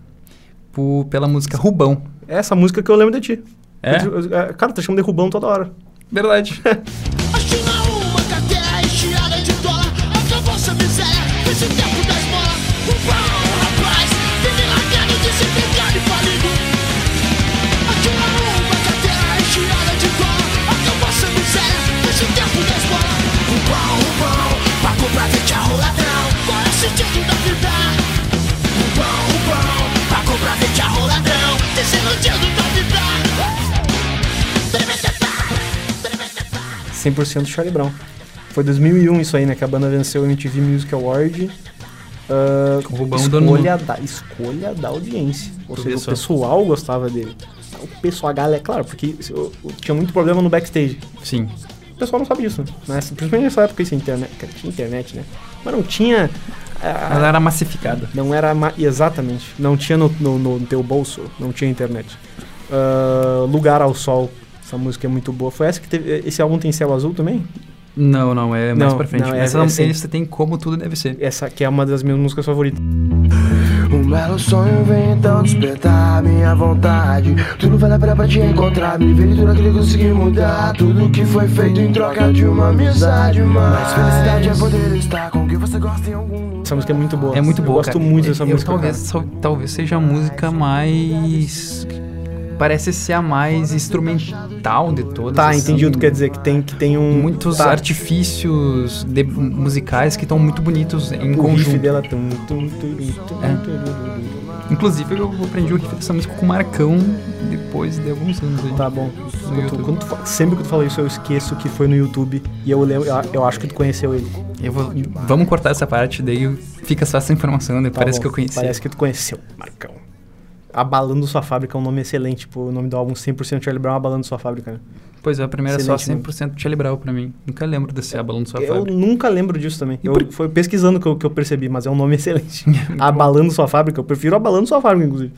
[SPEAKER 2] por- pela música Rubão.
[SPEAKER 3] Essa música que eu lembro de ti.
[SPEAKER 2] É?
[SPEAKER 3] Eu te- eu- é, cara, tá chamando de Rubão toda hora.
[SPEAKER 2] Verdade.
[SPEAKER 4] A China, uma carteira encheada de dólar. Acabou essa miséria, esse tempo da esmola. O pau, rapaz, vive largado, desempregado e falido. A China, uma carteira encheada de dólar. Acabou essa miséria, esse tempo da esmola. O pau, o pau, pra comprar vende a roladrão. Qual é o sentido da vida? O pau, o pau, pra comprar vende a roladrão. Desiludido da vida.
[SPEAKER 3] 100% do Charlie Brown. Foi 2001 isso aí, né? Que a banda venceu o MTV Music Award. Ah,
[SPEAKER 2] Com o Rubão dando-
[SPEAKER 3] escolha, da, escolha da audiência. Ou
[SPEAKER 2] Tu
[SPEAKER 3] seja,
[SPEAKER 2] vê
[SPEAKER 3] o
[SPEAKER 2] só.
[SPEAKER 3] pessoal gostava dele. O pessoal, a galera, é claro, porque se- o- o- tinha muito problema no backstage.
[SPEAKER 2] Sim.
[SPEAKER 3] O pessoal não sabe disso, né? Principalmente nessa época, isso, internet, cara, tinha internet, né? Mas não tinha... ah,
[SPEAKER 2] Ela era massificada.
[SPEAKER 3] não era ma- exatamente. Não tinha no, no- no teu bolso, não tinha internet. Ah, Lugar ao Sol. Essa música é muito boa. Foi essa que teve. Esse álbum tem céu azul também?
[SPEAKER 2] Não, não, é mais
[SPEAKER 3] Não,
[SPEAKER 2] pra frente.
[SPEAKER 3] não, é-
[SPEAKER 2] Essa
[SPEAKER 3] é
[SPEAKER 2] não-
[SPEAKER 3] assim.
[SPEAKER 2] esse tem como tudo deve ser.
[SPEAKER 3] Essa que é uma das minhas músicas favoritas.
[SPEAKER 6] Um belo sonho vem então despertar minha vontade. Tudo vale a pena pra te encontrar. Me ver tudo aquilo que consegui mudar. Tudo que foi feito em troca de uma amizade. Mas felicidade é poder estar com o que você gosta em algum lugar.
[SPEAKER 3] Essa música é muito boa.
[SPEAKER 2] É muito boa.
[SPEAKER 3] Eu gosto
[SPEAKER 2] cara.
[SPEAKER 3] muito dessa
[SPEAKER 2] Eu-
[SPEAKER 3] música.
[SPEAKER 2] Talvez, só- talvez seja a música mais. Parece ser a mais instrumental de todas.
[SPEAKER 3] Tá,
[SPEAKER 2] assim.
[SPEAKER 3] entendi o que tu quer dizer. Que tem, que tem um.
[SPEAKER 2] Muitos
[SPEAKER 3] tá,
[SPEAKER 2] artifícios de- musicais que estão muito bonitos em
[SPEAKER 3] O riff
[SPEAKER 2] conjunto.
[SPEAKER 3] dela. um- Tum, tum, tum, tum, tum,
[SPEAKER 2] Inclusive, eu aprendi o riff dessa música com o Marcão depois de alguns anos. aí.
[SPEAKER 3] tum. Tá bom.
[SPEAKER 2] No
[SPEAKER 3] Quando tu-
[SPEAKER 2] YouTube.
[SPEAKER 3] quando tu fa- sempre que tu fala isso, eu esqueço que foi no YouTube. E eu lembro. Eu, eu acho que tu conheceu ele.
[SPEAKER 2] Eu vou, vamos cortar essa parte, daí fica só essa informação, né?
[SPEAKER 3] Tá
[SPEAKER 2] parece
[SPEAKER 3] bom,
[SPEAKER 2] que eu conheci.
[SPEAKER 3] Parece que tu conheceu, Marcão. Abalando Sua Fábrica é um nome excelente. Tipo, o nome do álbum 100% Charlie Brown, Abalando Sua Fábrica. Né?
[SPEAKER 2] Pois é, a primeira é só
[SPEAKER 3] Excelente, né? É.
[SPEAKER 2] 100% Charlie Brown pra mim. Nunca lembro desse abalão do sua
[SPEAKER 3] Eu
[SPEAKER 2] fábrica.
[SPEAKER 3] nunca lembro disso também.
[SPEAKER 2] E
[SPEAKER 3] Eu,
[SPEAKER 2] por-
[SPEAKER 3] Foi pesquisando que eu, que eu percebi, mas é um nome excelente. Abalando Sua Fábrica. Eu prefiro Abalando Sua Fábrica, inclusive.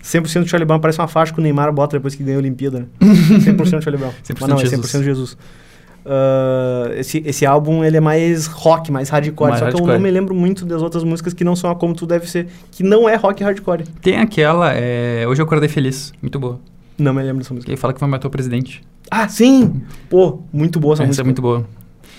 [SPEAKER 3] 100% Charlie Brown parece uma faixa que o Neymar bota depois que ganha a Olimpíada. Né? 100% Charlie Brown.
[SPEAKER 2] 100%
[SPEAKER 3] mas não,
[SPEAKER 2] Jesus.
[SPEAKER 3] é 100% Jesus. Ah, esse, esse álbum ele é mais rock, mais hardcore.
[SPEAKER 2] Mais
[SPEAKER 3] só que eu
[SPEAKER 2] hardcore.
[SPEAKER 3] não me lembro muito das outras músicas que não são a Como Tu Deve Ser, que não é rock e hardcore.
[SPEAKER 2] Tem aquela, é, Hoje eu acordei feliz, muito boa.
[SPEAKER 3] Não me lembro dessa música.
[SPEAKER 2] Que fala que vai matar o presidente.
[SPEAKER 3] Ah, sim! Pô, muito boa essa
[SPEAKER 2] Essa
[SPEAKER 3] música.
[SPEAKER 2] é muito boa.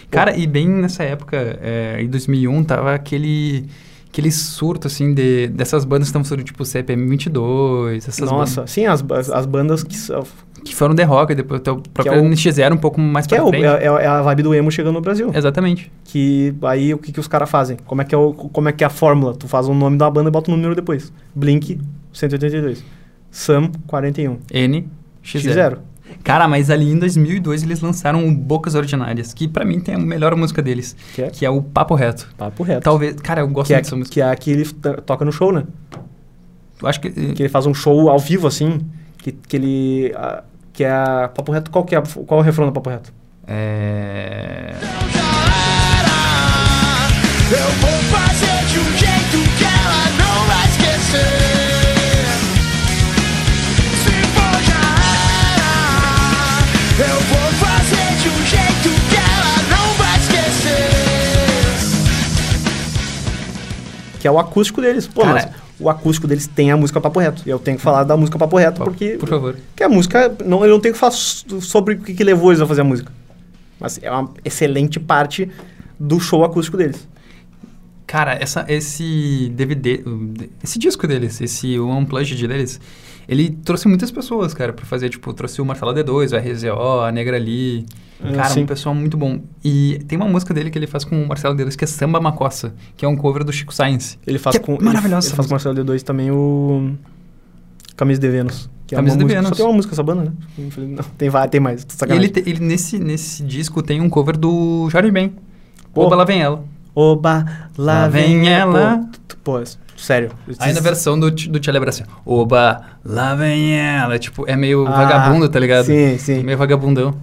[SPEAKER 2] Cara, e bem nessa época, é, em 2001, tava aquele, aquele surto, assim, de, dessas bandas que estão surgindo, tipo CPM 22, essas
[SPEAKER 3] Nossa, sim, as, as, as bandas que, são-
[SPEAKER 2] bandas que foram The Rock, e depois até o próprio
[SPEAKER 3] é o-
[SPEAKER 2] NX0 um pouco mais
[SPEAKER 3] que
[SPEAKER 2] pra
[SPEAKER 3] é, o,
[SPEAKER 2] frente.
[SPEAKER 3] é, é a vibe do emo chegando no Brasil.
[SPEAKER 2] É. Exatamente.
[SPEAKER 3] Que aí o que, que os caras fazem? Como é que, é o, como é que é a fórmula? Tu faz o nome da banda e bota o número depois. Blink 182. Sam 41.
[SPEAKER 2] N, X0.
[SPEAKER 3] X0.
[SPEAKER 2] Cara, mas ali em 2002 eles lançaram o Bocas Ordinárias, que pra mim tem a melhor música deles,
[SPEAKER 3] Que é
[SPEAKER 2] que é o Papo Reto.
[SPEAKER 3] papo reto.
[SPEAKER 2] Talvez, cara, eu gosto
[SPEAKER 3] que,
[SPEAKER 2] muito
[SPEAKER 3] é,
[SPEAKER 2] dessa música.
[SPEAKER 3] que é a que ele t- toca no show, né?
[SPEAKER 2] Eu acho que, eh,
[SPEAKER 3] Que ele faz um show ao vivo, assim. Que, que ele. ah, que é a. Papo reto, qual que é? a- Qual é o refrão do papo reto?
[SPEAKER 2] é
[SPEAKER 4] Eu vou fazer de um jeito que ela não vai esquecer. Se for já era, eu vou fazer de um jeito que ela não vai esquecer.
[SPEAKER 3] Que é o acústico deles. Pô,
[SPEAKER 2] Cara,
[SPEAKER 3] mas o acústico deles tem a música papo reto. E eu tenho que falar da música papo reto porque.
[SPEAKER 2] Por favor.
[SPEAKER 3] Que a música, não, eu não tenho que falar so- sobre o que, que levou eles a fazer a música. Mas é uma excelente parte do show acústico deles.
[SPEAKER 2] Cara, essa, esse DVD, um, de- esse disco deles, esse Unplugged deles, ele trouxe muitas pessoas, cara, pra fazer, tipo, trouxe o Marcelo D2, o RZO, a Negra Lee,
[SPEAKER 3] Ah,
[SPEAKER 2] cara,
[SPEAKER 3] sim.
[SPEAKER 2] um pessoal muito bom. E tem uma música dele que ele faz com o Marcelo D2, que é Samba Macossa, que é um cover do Chico Science.
[SPEAKER 3] Ele faz
[SPEAKER 2] Que é
[SPEAKER 3] com.
[SPEAKER 2] maravilhosa
[SPEAKER 3] Ele,
[SPEAKER 2] essa
[SPEAKER 3] ele faz com Marcelo D2 também o. Camisa de Vênus. Que
[SPEAKER 2] Camisa
[SPEAKER 3] é uma
[SPEAKER 2] de
[SPEAKER 3] música,
[SPEAKER 2] Vênus.
[SPEAKER 3] Só tem uma música essa banda, né? Infelizmente, Não, tem, vai- tem mais. tô
[SPEAKER 2] E ele,
[SPEAKER 3] Sacanagem.
[SPEAKER 2] te- ele nesse, nesse disco tem um cover do Jorge Ben.
[SPEAKER 3] Pô.
[SPEAKER 2] Oba, lá vem ela.
[SPEAKER 3] Oba, lá,
[SPEAKER 2] Lá
[SPEAKER 3] vem,
[SPEAKER 2] vem
[SPEAKER 3] ela.
[SPEAKER 2] ela.
[SPEAKER 3] Pô, tu- pô, é- sério.
[SPEAKER 2] Aí na versão do, Ti- do Tchelle Brasil. Oba, lá vem ela. Tipo, é meio
[SPEAKER 3] Ah,
[SPEAKER 2] vagabundo, tá ligado?
[SPEAKER 3] Sim, Uhum. sim.
[SPEAKER 2] Meio vagabundão.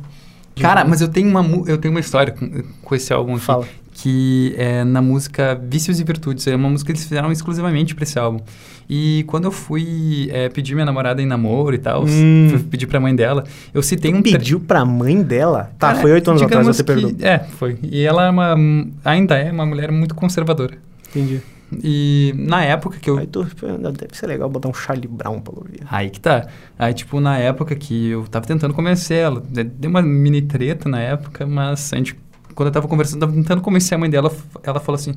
[SPEAKER 2] Cara, mas eu tenho uma, mu- eu tenho uma história com, com esse álbum aqui.
[SPEAKER 3] Fala.
[SPEAKER 2] Que é na música Vícios e Virtudes. É uma música que eles fizeram exclusivamente pra esse álbum. E quando eu fui é, pedir minha namorada em namoro e tal,
[SPEAKER 3] Hum.
[SPEAKER 2] fui pedir pra mãe dela, eu citei um... tre-
[SPEAKER 3] Pediu pra mãe dela? Tá,
[SPEAKER 2] Cara,
[SPEAKER 3] foi oito anos atrás,
[SPEAKER 2] digamos
[SPEAKER 3] você
[SPEAKER 2] que-
[SPEAKER 3] perdoa.
[SPEAKER 2] É, foi. E ela é uma, ainda é uma mulher muito conservadora.
[SPEAKER 3] Entendi.
[SPEAKER 2] E na época que eu
[SPEAKER 3] Aí tu, pô, deve ser legal botar um Charlie Brown pra ouvir.
[SPEAKER 2] Aí que tá. Aí, tipo, na época que eu tava tentando convencer ela, de- deu uma mini treta na época, mas a gente, quando eu tava conversando, tava tentando convencer a mãe dela, f- ela falou assim,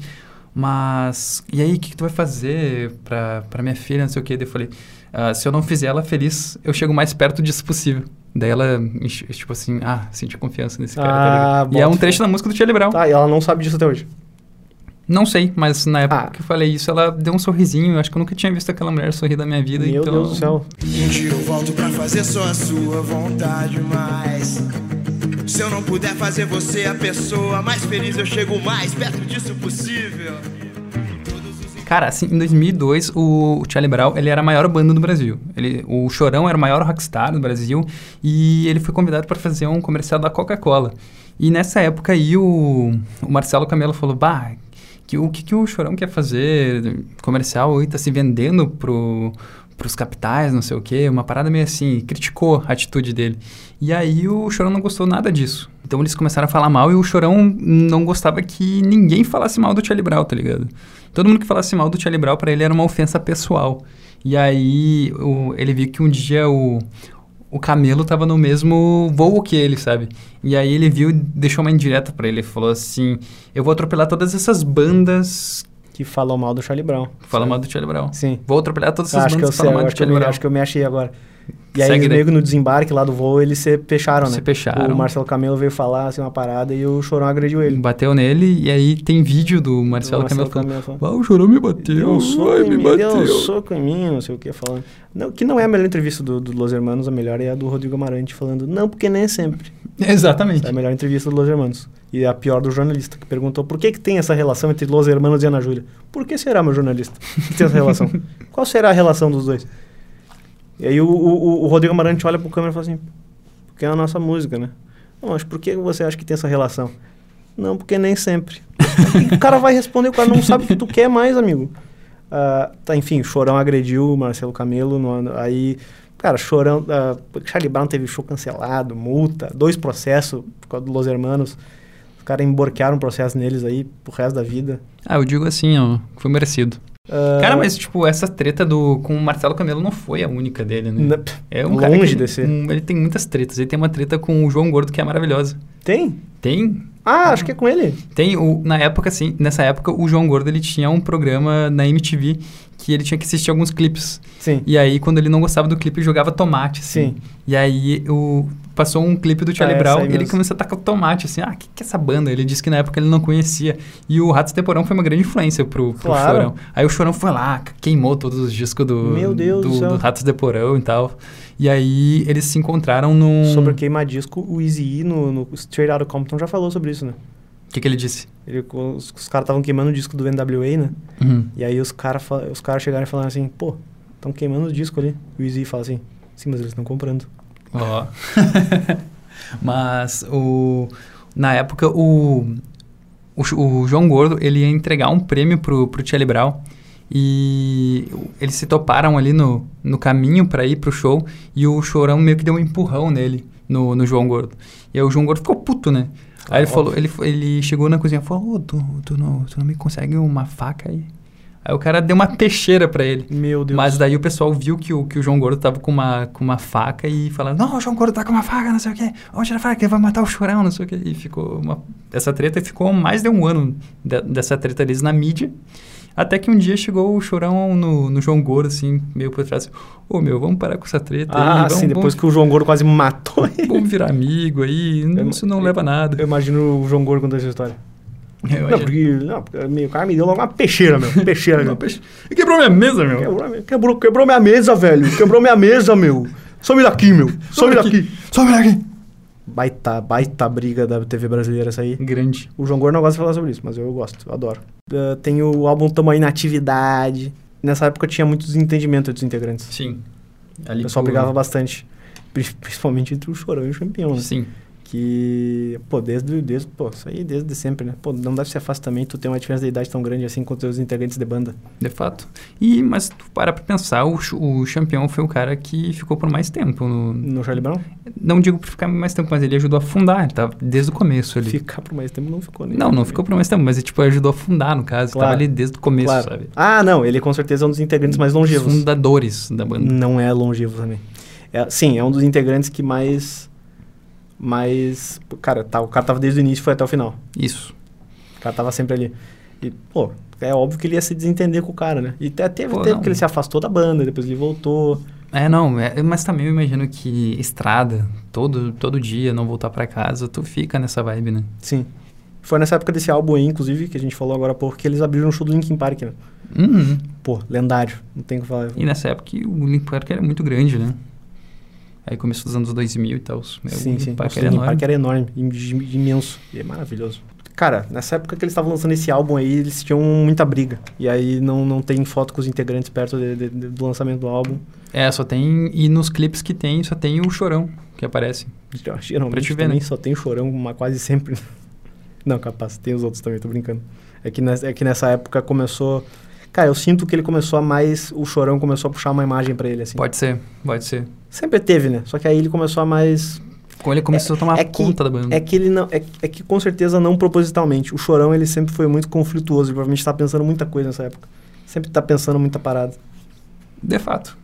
[SPEAKER 2] mas, e aí, o que, que tu vai fazer pra, pra minha filha, não sei o quê? Daí eu falei, "Ah, se eu não fizer ela feliz, eu chego mais perto disso possível. Daí ela, enche- tipo assim, ah, senti confiança nesse cara, tá
[SPEAKER 3] Ah,
[SPEAKER 2] ligado? E é
[SPEAKER 3] bota
[SPEAKER 2] um
[SPEAKER 3] fé.
[SPEAKER 2] trecho da música do Charlie Brown.
[SPEAKER 3] Tá, e ela não sabe disso até hoje.
[SPEAKER 2] Não sei, mas na época
[SPEAKER 3] Ah.
[SPEAKER 2] que eu falei isso, ela deu um sorrisinho, eu acho que eu nunca tinha visto aquela mulher sorrir da minha vida,
[SPEAKER 3] Meu
[SPEAKER 2] então...
[SPEAKER 3] Deus do céu.
[SPEAKER 6] Um dia eu volto pra fazer só a sua vontade, mas
[SPEAKER 4] Se eu não puder fazer você a pessoa mais feliz, eu chego o mais perto disso possível.
[SPEAKER 2] Cara, assim, em 2002, o Charlie Brown, ele era a maior banda do Brasil. Ele, o Chorão era o maior rockstar do Brasil e ele foi convidado para fazer um comercial da Coca-Cola. E nessa época aí, o, o Marcelo Camelo falou, bah, que, o que, que o Chorão quer fazer comercial e tá se vendendo pro pros capitais, não sei o quê, uma parada meio assim, criticou a atitude dele. E aí o Chorão não gostou nada disso. Então eles começaram a falar mal e o Chorão não gostava que ninguém falasse mal do Charlie Brown, tá ligado? Todo mundo que falasse mal do Charlie Brown pra ele era uma ofensa pessoal. E aí o- ele viu que um dia o, o Camelo tava no mesmo voo que ele, sabe? E aí ele viu e deixou uma indireta pra ele. Falou assim, eu vou atropelar todas essas bandas
[SPEAKER 3] Que falou mal do Charlie Brown.
[SPEAKER 2] que falam mal do Charlie Brown.
[SPEAKER 3] Sim.
[SPEAKER 2] Vou atropelar todas essas
[SPEAKER 3] Acho que, eu
[SPEAKER 2] bandas que
[SPEAKER 3] sei,
[SPEAKER 2] falam mal
[SPEAKER 3] acho,
[SPEAKER 2] do
[SPEAKER 3] que eu
[SPEAKER 2] Charlie
[SPEAKER 3] me,
[SPEAKER 2] Brown.
[SPEAKER 3] acho que eu me achei agora. E aí,
[SPEAKER 2] Segue
[SPEAKER 3] os
[SPEAKER 2] daí.
[SPEAKER 3] nego no desembarque lá do voo, eles se fecharam, né?
[SPEAKER 2] Se fecharam.
[SPEAKER 3] O Marcelo Camelo veio falar assim uma parada e o Chorão agrediu ele.
[SPEAKER 2] Bateu nele e aí tem vídeo do Marcelo,
[SPEAKER 3] Marcelo
[SPEAKER 2] Camelo falando,
[SPEAKER 3] Camelo falando,
[SPEAKER 2] "Ah, o Chorão me bateu,
[SPEAKER 3] um
[SPEAKER 2] ai,
[SPEAKER 3] soco em
[SPEAKER 2] me
[SPEAKER 3] mim,
[SPEAKER 2] bateu.
[SPEAKER 3] deu um soco em mim, não sei o que, falando. Não, que não é a melhor entrevista do, do Los Hermanos, a melhor é a do Rodrigo Amarante falando, não, porque nem é sempre.
[SPEAKER 2] Exatamente.
[SPEAKER 3] É a melhor entrevista do Los Hermanos. E é a pior do jornalista, que perguntou por que, que tem essa relação entre Los Hermanos e Ana Júlia. Por que será, meu jornalista, que tem essa relação? Qual será a relação dos dois? E aí o, o, o Rodrigo Amarante olha pro câmera e fala assim, porque é a nossa música, né? Não, mas por que você acha que tem essa relação? Não, porque nem sempre. E o cara vai responder, o cara não sabe o que tu quer mais, amigo. Ah, tá, enfim, Chorão agrediu o Marcelo Camelo, no- aí... Cara, Chorão... ah, Charlie Brown teve show cancelado, multa, dois processos por causa do Los Hermanos. Os caras emborquearam um processo neles aí pro resto da vida.
[SPEAKER 2] Ah, eu digo assim, ó, foi merecido.
[SPEAKER 3] Ah,
[SPEAKER 2] Cara, mas tipo, essa treta do com o Marcelo Camelo não foi a única dele, né?
[SPEAKER 3] né,
[SPEAKER 2] É um cara
[SPEAKER 3] Longe
[SPEAKER 2] que,
[SPEAKER 3] desse.
[SPEAKER 2] um- ele tem muitas tretas. Ele tem uma treta com o João Gordo que é maravilhosa.
[SPEAKER 3] Tem?
[SPEAKER 2] Tem?
[SPEAKER 3] Ah, acho que é com ele.
[SPEAKER 2] Tem, o, na época, assim, nessa época, o João Gordo, ele tinha um programa na MTV que ele tinha que assistir alguns clipes.
[SPEAKER 3] Sim.
[SPEAKER 2] E aí, quando ele não gostava do clipe, jogava tomate, assim.
[SPEAKER 3] Sim.
[SPEAKER 2] E aí, o, passou um clipe do Charlie
[SPEAKER 3] Ah, é,
[SPEAKER 2] Brown
[SPEAKER 3] sei
[SPEAKER 2] ele
[SPEAKER 3] mesmo.
[SPEAKER 2] começou a tacar o tomate, assim. Ah, que que é essa banda? Ele disse que na época ele não conhecia. E o Ratos Temporão foi uma grande influência pro, pro
[SPEAKER 3] Claro.
[SPEAKER 2] Chorão. Aí o Chorão foi lá, queimou todos os discos do,
[SPEAKER 3] Meu Deus do
[SPEAKER 2] do,
[SPEAKER 3] céu.
[SPEAKER 2] do Ratos Temporão e tal. E aí, eles se encontraram num...
[SPEAKER 3] Sobre
[SPEAKER 2] o
[SPEAKER 3] o queima-disco, o Easy E no, no Straight Outta Compton já falou sobre isso, né?
[SPEAKER 2] que, que ele disse?
[SPEAKER 3] Ele, os os caras estavam queimando o disco do NWA, né?
[SPEAKER 2] Uhum.
[SPEAKER 3] E aí os caras os cara chegaram e falaram assim, pô, estão queimando o disco ali. O Easy fala assim, sim, mas eles estão comprando.
[SPEAKER 2] Ó. Mas o na época o, o Jo- o João Gordo, ele ia entregar um prêmio pro pro Charlie Brown e o- eles se toparam ali no, no caminho para ir pro show e o Chorão meio que deu um empurrão nele no, no João Gordo. E aí o João Gordo ficou puto, né? Aí ele falou, ele, fo- ele chegou na cozinha e falou, "Ô, tu, tu, não, tu não me consegue uma faca aí? Aí o cara deu uma peixeira pra ele.
[SPEAKER 3] Meu Deus.
[SPEAKER 2] Mas daí o pessoal viu que o, que o João Gordo tava com uma, com uma faca e falando, não, o João Gordo tá com uma faca, não sei o quê, onde a faca, vai matar o chorão, não sei o quê. E ficou uma... Essa treta ficou mais de um ano de- dessa treta deles na mídia. Até que um dia chegou o chorão no, no João Gordo, assim, meio por trás, ô meu, vamos parar com essa treta aí,
[SPEAKER 3] ah,
[SPEAKER 2] vamos,
[SPEAKER 3] sim, depois
[SPEAKER 2] vamos,
[SPEAKER 3] que o João Gordo quase matou ele.
[SPEAKER 2] vamos virar amigo aí,
[SPEAKER 3] Eu-
[SPEAKER 2] isso não leva a nada.
[SPEAKER 3] Eu imagino o João Gordo contando essa história.
[SPEAKER 2] Eu
[SPEAKER 3] Não,
[SPEAKER 2] achei-
[SPEAKER 3] porque, não, porque meu, o cara me deu logo uma peixeira, meu. Peixeira, meu.
[SPEAKER 2] Não, peixe- Quebrou minha mesa, meu!
[SPEAKER 3] Quebrou, quebrou, quebrou minha mesa, velho. Quebrou minha mesa, meu. Some daqui, meu. Some daqui.
[SPEAKER 2] Sobe daqui!
[SPEAKER 3] Baita, baita briga da TV brasileira essa aí.
[SPEAKER 2] Grande.
[SPEAKER 3] O João Gordo não gosta de falar sobre isso, mas eu gosto, eu adoro. Ah, tem o álbum Tamo Aí na Atividade. Nessa época tinha muito desentendimento entre os integrantes.
[SPEAKER 2] Sim.
[SPEAKER 3] O
[SPEAKER 2] Ali
[SPEAKER 3] pessoal
[SPEAKER 2] por-
[SPEAKER 3] brigava bastante. Pri- Principalmente entre o Chorão e o Champion, né?
[SPEAKER 2] Sim.
[SPEAKER 3] Que, pô, desde, desde, pô, isso aí desde sempre, né? Pô, não deve ser fácil também tu ter uma diferença de idade tão grande assim contra os integrantes de banda.
[SPEAKER 2] De fato. E, mas tu parar pra pensar, o, Ch- o campeão foi o cara que ficou por mais tempo. no-
[SPEAKER 3] No Charlie Brown,
[SPEAKER 2] não digo pra ficar mais tempo, mas ele ajudou a fundar, ele tava desde o começo ali.
[SPEAKER 3] ficar por mais tempo não ficou, né?
[SPEAKER 2] Não, não ficou por mais tempo, mas ele tipo, ajudou a fundar, no caso.
[SPEAKER 3] Claro.
[SPEAKER 2] Tava ali desde o começo,
[SPEAKER 3] claro.
[SPEAKER 2] sabe?
[SPEAKER 3] Ah, não, ele com certeza é um dos integrantes mais
[SPEAKER 2] Os
[SPEAKER 3] longevos.
[SPEAKER 2] fundadores da banda.
[SPEAKER 3] Não é longevo também. É, sim, é um dos integrantes que mais. Mais. Cara, tá, o cara tava desde o início e foi até o final.
[SPEAKER 2] Isso.
[SPEAKER 3] O cara tava sempre ali. E, pô, é óbvio que ele ia se desentender com o cara, né? E até teve
[SPEAKER 2] Pô,
[SPEAKER 3] tempo
[SPEAKER 2] não.
[SPEAKER 3] que ele se afastou da banda, depois ele voltou.
[SPEAKER 2] É, não, é- mas também eu imagino que estrada, todo, todo dia, não voltar pra casa, tu fica nessa vibe, né?
[SPEAKER 3] Sim. Foi nessa época desse álbum aí, inclusive, que a gente falou agora há pouco, que eles abriram um show do Linkin Park, né?
[SPEAKER 2] Uhum.
[SPEAKER 3] Pô, lendário. Não tem o que falar.
[SPEAKER 2] E nessa época o Linkin Park era muito grande, né? Aí começou dos anos 2000 e tal. É,
[SPEAKER 3] sim,
[SPEAKER 2] o
[SPEAKER 3] sim.
[SPEAKER 2] impacto
[SPEAKER 3] Nossa,
[SPEAKER 2] era
[SPEAKER 3] o
[SPEAKER 2] enorme.
[SPEAKER 3] impacto era enorme, im- im- imenso. E é maravilhoso. Cara, nessa época que eles estavam lançando esse álbum aí, eles tinham muita briga. E aí não, não tem foto com os integrantes perto de- de- de- do lançamento do álbum.
[SPEAKER 2] É, só tem. E nos clipes que tem, só tem o chorão que aparece.
[SPEAKER 3] Então, Geralmente
[SPEAKER 2] Pra te ver,
[SPEAKER 3] também
[SPEAKER 2] né?
[SPEAKER 3] só tem o Chorão, mas quase sempre. Não, capaz, tem os outros também, tô brincando. É que, nessa, é que nessa época começou... Cara, eu sinto que ele começou a mais... O Chorão começou a puxar uma imagem pra ele, assim.
[SPEAKER 2] Pode ser, pode ser.
[SPEAKER 3] Sempre teve, né? Só que aí ele começou a mais...
[SPEAKER 2] Com ele começou a tomar
[SPEAKER 3] é que-
[SPEAKER 2] conta da banda.
[SPEAKER 3] É que ele não... É, é que com certeza não propositalmente. O Chorão, ele sempre foi muito conflituoso. Ele provavelmente tá pensando muita coisa nessa época. Sempre tá pensando muita parada.
[SPEAKER 2] De fato.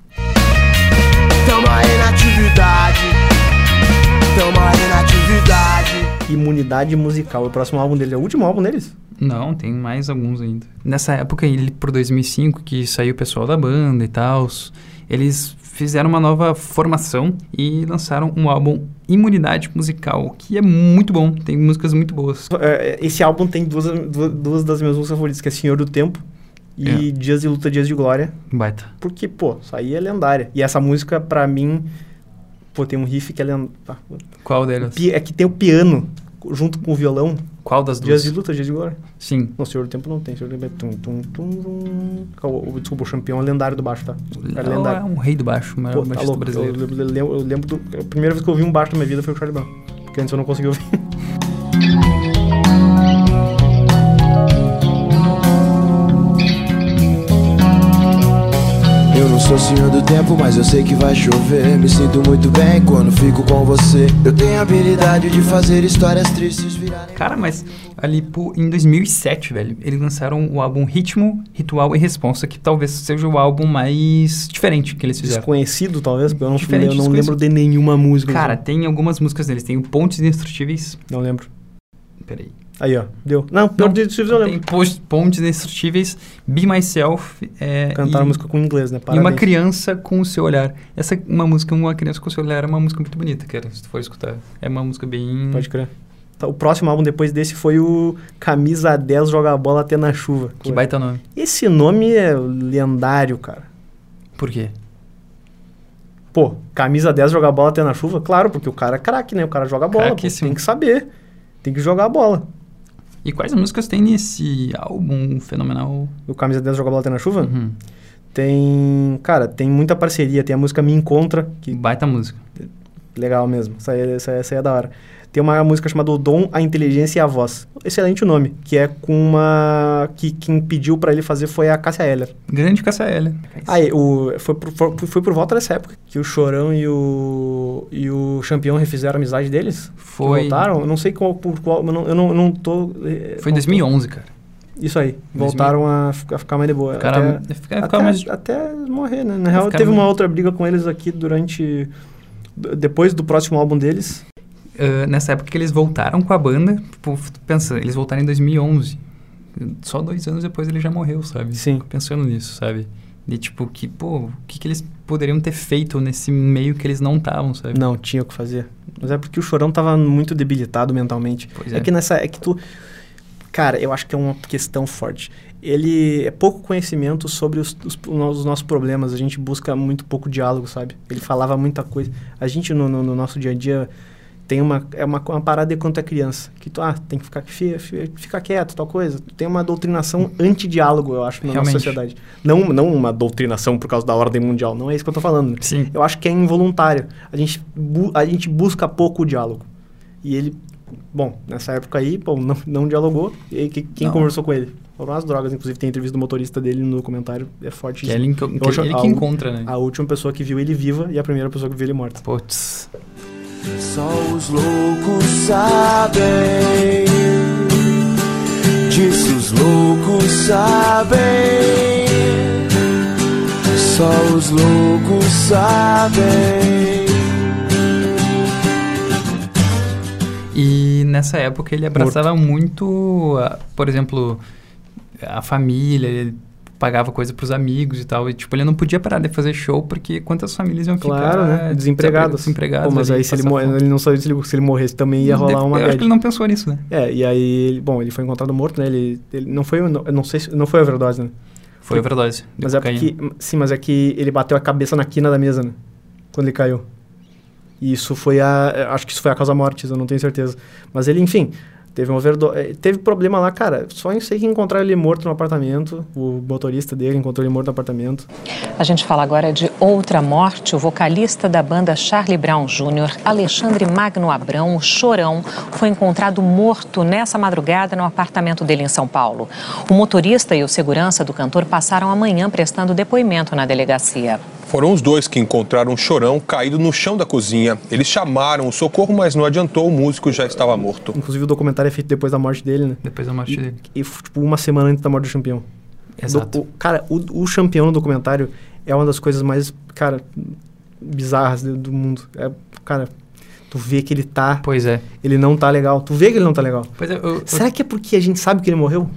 [SPEAKER 6] Tamo aí na atividade. Tamo aí na atividade.
[SPEAKER 3] Imunidade musical. O próximo álbum dele é o último álbum deles?
[SPEAKER 2] Não, tem mais alguns ainda. Nessa época, ele, por 2005, que saiu o pessoal da banda e tal, eles fizeram uma nova formação e lançaram um álbum Imunidade Musical, que é muito bom, tem músicas muito boas.
[SPEAKER 3] É, Esse álbum tem duas, duas, duas das minhas músicas favoritas, que é Senhor do Tempo
[SPEAKER 2] É.
[SPEAKER 3] e Dias de Luta, Dias de Glória.
[SPEAKER 2] Baita.
[SPEAKER 3] Porque, pô, isso aí é lendária. E essa música, pra mim, pô, tem um riff que é lendário.
[SPEAKER 2] Qual delas?
[SPEAKER 3] É que tem o piano junto com o violão.
[SPEAKER 2] Qual das duas?
[SPEAKER 3] Dias de Luta, Dias de Glória.
[SPEAKER 2] Sim.
[SPEAKER 3] Não, Senhor do Tempo não tem. Senhor do Tempo é tum, tum, tum, tum. O, o- desculpa, o campeão é lendário do baixo, tá? O cara é
[SPEAKER 2] Léo
[SPEAKER 3] lendário.
[SPEAKER 2] é um rei do baixo, o maior
[SPEAKER 3] Pô, tá
[SPEAKER 2] baixista
[SPEAKER 3] louco. Eu,
[SPEAKER 2] brasileiro.
[SPEAKER 3] lembro- eu lembro, eu lembro do, a primeira vez que eu ouvi um baixo na minha vida foi o Charlie Brown. Porque antes eu não conseguia ouvir.
[SPEAKER 6] Eu não sou senhor do tempo, mas eu sei que vai chover. Me sinto muito bem quando fico com você. Eu tenho a habilidade de fazer histórias tristes virarem.
[SPEAKER 2] Cara, mas ali pô, em 2007, velho, eles lançaram o álbum Ritmo, Ritual e Responsa, que talvez seja o álbum mais diferente que eles fizeram.
[SPEAKER 3] Desconhecido, talvez, porque eu não,
[SPEAKER 2] Diferente,
[SPEAKER 3] eu não lembro de nenhuma música.
[SPEAKER 2] Cara, tem algumas músicas deles, tem o Pontes Indestrutíveis.
[SPEAKER 3] Não lembro.
[SPEAKER 2] Peraí.
[SPEAKER 3] Aí, ó. Deu. Não, não, de Steve eu
[SPEAKER 2] Tem
[SPEAKER 3] lembro.
[SPEAKER 2] Pos- Pontes Indestrutíveis, Be Myself. É, e,
[SPEAKER 3] Cantaram a música com inglês, né?
[SPEAKER 2] E
[SPEAKER 3] Parabéns.
[SPEAKER 2] uma criança com o seu olhar. Essa uma música, uma criança com o seu olhar, é uma música muito bonita, cara. Se tu for escutar, é uma música bem.
[SPEAKER 3] Pode crer. Tá, O próximo álbum depois desse foi o Camisa 10 Joga a Bola Até na Chuva.
[SPEAKER 2] Que baita nome.
[SPEAKER 3] Esse nome é lendário, cara.
[SPEAKER 2] Por quê?
[SPEAKER 3] Pô, Camisa 10 Joga a Bola Até na Chuva? Claro, porque o cara é craque, né? O cara joga a bola. pô.
[SPEAKER 2] Craquíssimo.
[SPEAKER 3] Tem que saber. Tem que jogar a bola.
[SPEAKER 2] E quais músicas tem nesse álbum fenomenal?
[SPEAKER 3] O Camisa 10 Joga a Bola Até na Chuva?
[SPEAKER 2] Uhum.
[SPEAKER 3] Tem. Cara, tem muita parceria. Tem a música Me Encontra, que
[SPEAKER 2] Baita música.
[SPEAKER 3] Legal mesmo, essa aí, essa, aí- essa aí é da hora. Tem uma música chamada O Dom, a Inteligência e a Voz. Excelente o nome, que é com uma. que quem pediu pra ele fazer foi a Cássia Heller.
[SPEAKER 2] Grande Cassaélia.
[SPEAKER 3] Aí, o, foi, por, foi, foi por volta dessa época que o Chorão e o. e o Champion refizeram a amizade deles?
[SPEAKER 2] Foi.
[SPEAKER 3] Voltaram? Eu não sei qual, por qual. Eu não, eu não, eu não tô. eh,
[SPEAKER 2] Foi em
[SPEAKER 3] não tô-
[SPEAKER 2] 2011, cara.
[SPEAKER 3] Isso aí.
[SPEAKER 2] um.
[SPEAKER 3] Voltaram a, fi- a ficar mais de boa.
[SPEAKER 2] O cara é fica-
[SPEAKER 3] Até-
[SPEAKER 2] fica
[SPEAKER 3] até,
[SPEAKER 2] mais- É,
[SPEAKER 3] até morrer, né? Na real,
[SPEAKER 2] Ficar
[SPEAKER 3] teve uma
[SPEAKER 2] meio-
[SPEAKER 3] outra briga com eles aqui durante. d- Depois do próximo álbum deles.
[SPEAKER 2] Ah, nessa época que eles voltaram com a banda, tipo, pensa, eles voltaram em 2011. Só dois anos depois ele já morreu, sabe?
[SPEAKER 3] Sim.
[SPEAKER 2] Fico Pensando nisso, sabe? De tipo, que, pô, o que, que eles poderiam ter feito nesse meio que eles não estavam, sabe?
[SPEAKER 3] Não, tinha o que fazer. Mas é porque o Chorão tava muito debilitado mentalmente.
[SPEAKER 2] Pois
[SPEAKER 3] É.
[SPEAKER 2] é.
[SPEAKER 3] que nessa. É que tu. Cara, eu acho que é uma questão forte. Ele é pouco conhecimento sobre os, os- os nossos problemas. A gente busca muito pouco diálogo, sabe? Ele falava muita coisa. A gente, no, no- no nosso dia a dia, tem uma, é uma, uma parada de quanto é criança. Que tu, ah, tem que ficar, fi- fi- fica quieto, tal coisa. Tem uma doutrinação anti-diálogo, eu acho, na nossa
[SPEAKER 2] Realmente.
[SPEAKER 3] sociedade. Não, não uma doutrinação por causa da ordem mundial. Não é isso que eu tô falando. né?
[SPEAKER 2] Sim.
[SPEAKER 3] Eu acho que é involuntário. A gente, bu- a gente busca pouco o diálogo. E ele, bom, nessa época aí, bom, não, não dialogou. E aí, que- quem
[SPEAKER 2] Não.
[SPEAKER 3] conversou com ele? Foram as drogas, inclusive tem entrevista do motorista dele no comentário, é forte
[SPEAKER 2] Que é
[SPEAKER 3] isso.
[SPEAKER 2] ele, enco- que
[SPEAKER 3] Eu acho
[SPEAKER 2] ele
[SPEAKER 3] a
[SPEAKER 2] que
[SPEAKER 3] u-
[SPEAKER 2] encontra, né?
[SPEAKER 3] A última pessoa que viu ele viva e a primeira pessoa que viu ele morta.
[SPEAKER 2] Putz.
[SPEAKER 6] Só os loucos sabem. Disso os loucos sabem. Só os loucos sabem.
[SPEAKER 2] E nessa época ele abraçava muito, a- por exemplo, a família, ele pagava coisa pros amigos e tal. E, tipo, ele não podia parar de fazer show porque quantas famílias iam
[SPEAKER 3] Claro,
[SPEAKER 2] ficar
[SPEAKER 3] né? Desempregados.
[SPEAKER 2] desempregadas
[SPEAKER 3] Pô, mas
[SPEAKER 2] ali,
[SPEAKER 3] aí se ele,
[SPEAKER 2] passar
[SPEAKER 3] mor-
[SPEAKER 2] fome.
[SPEAKER 3] ele não sabia se ele, se ele morresse também ia rolar
[SPEAKER 2] Deve-
[SPEAKER 3] uma
[SPEAKER 2] Eu acho que
[SPEAKER 3] bad.
[SPEAKER 2] ele não pensou nisso, né?
[SPEAKER 3] É, e aí, ele- bom, ele foi encontrado morto, né? Ele, ele não foi, não, eu não sei se não foi overdose, né?
[SPEAKER 2] Foi overdose. de
[SPEAKER 3] Mas é
[SPEAKER 2] cocaína.
[SPEAKER 3] porque, sim, mas é que ele bateu a cabeça na quina da mesa, né? Quando ele caiu. E isso foi a. é, Acho que isso foi a causa mortes, eu não tenho certeza. Mas ele, enfim, teve um overdose. Teve problema lá, cara. Só eu sei que encontraram ele morto no apartamento. O motorista dele encontrou ele morto no apartamento.
[SPEAKER 7] A gente fala agora de outra morte. O vocalista da banda Charlie Brown Jr., Alexandre Magno Abrão, o Chorão, foi encontrado morto nessa madrugada no apartamento dele em São Paulo. O motorista e o segurança do cantor passaram amanhã prestando depoimento na delegacia.
[SPEAKER 8] Foram os dois que encontraram o chorão caído no chão da cozinha. Eles chamaram o socorro, mas não adiantou, o músico já estava morto.
[SPEAKER 3] Inclusive o documentário é feito depois da morte dele, né?
[SPEAKER 2] Depois da morte dele.
[SPEAKER 3] E f- tipo, uma semana antes da morte do campeão.
[SPEAKER 2] Exato.
[SPEAKER 3] Do- o- cara, o, o campeão no documentário é uma das coisas mais, cara, bizarras do, do mundo. É, cara, tu vê que ele tá.
[SPEAKER 2] Pois é.
[SPEAKER 3] Ele não tá legal. Tu vê que ele não tá legal.
[SPEAKER 2] Pois é, eu- eu-
[SPEAKER 3] Será que é porque a gente sabe que ele morreu?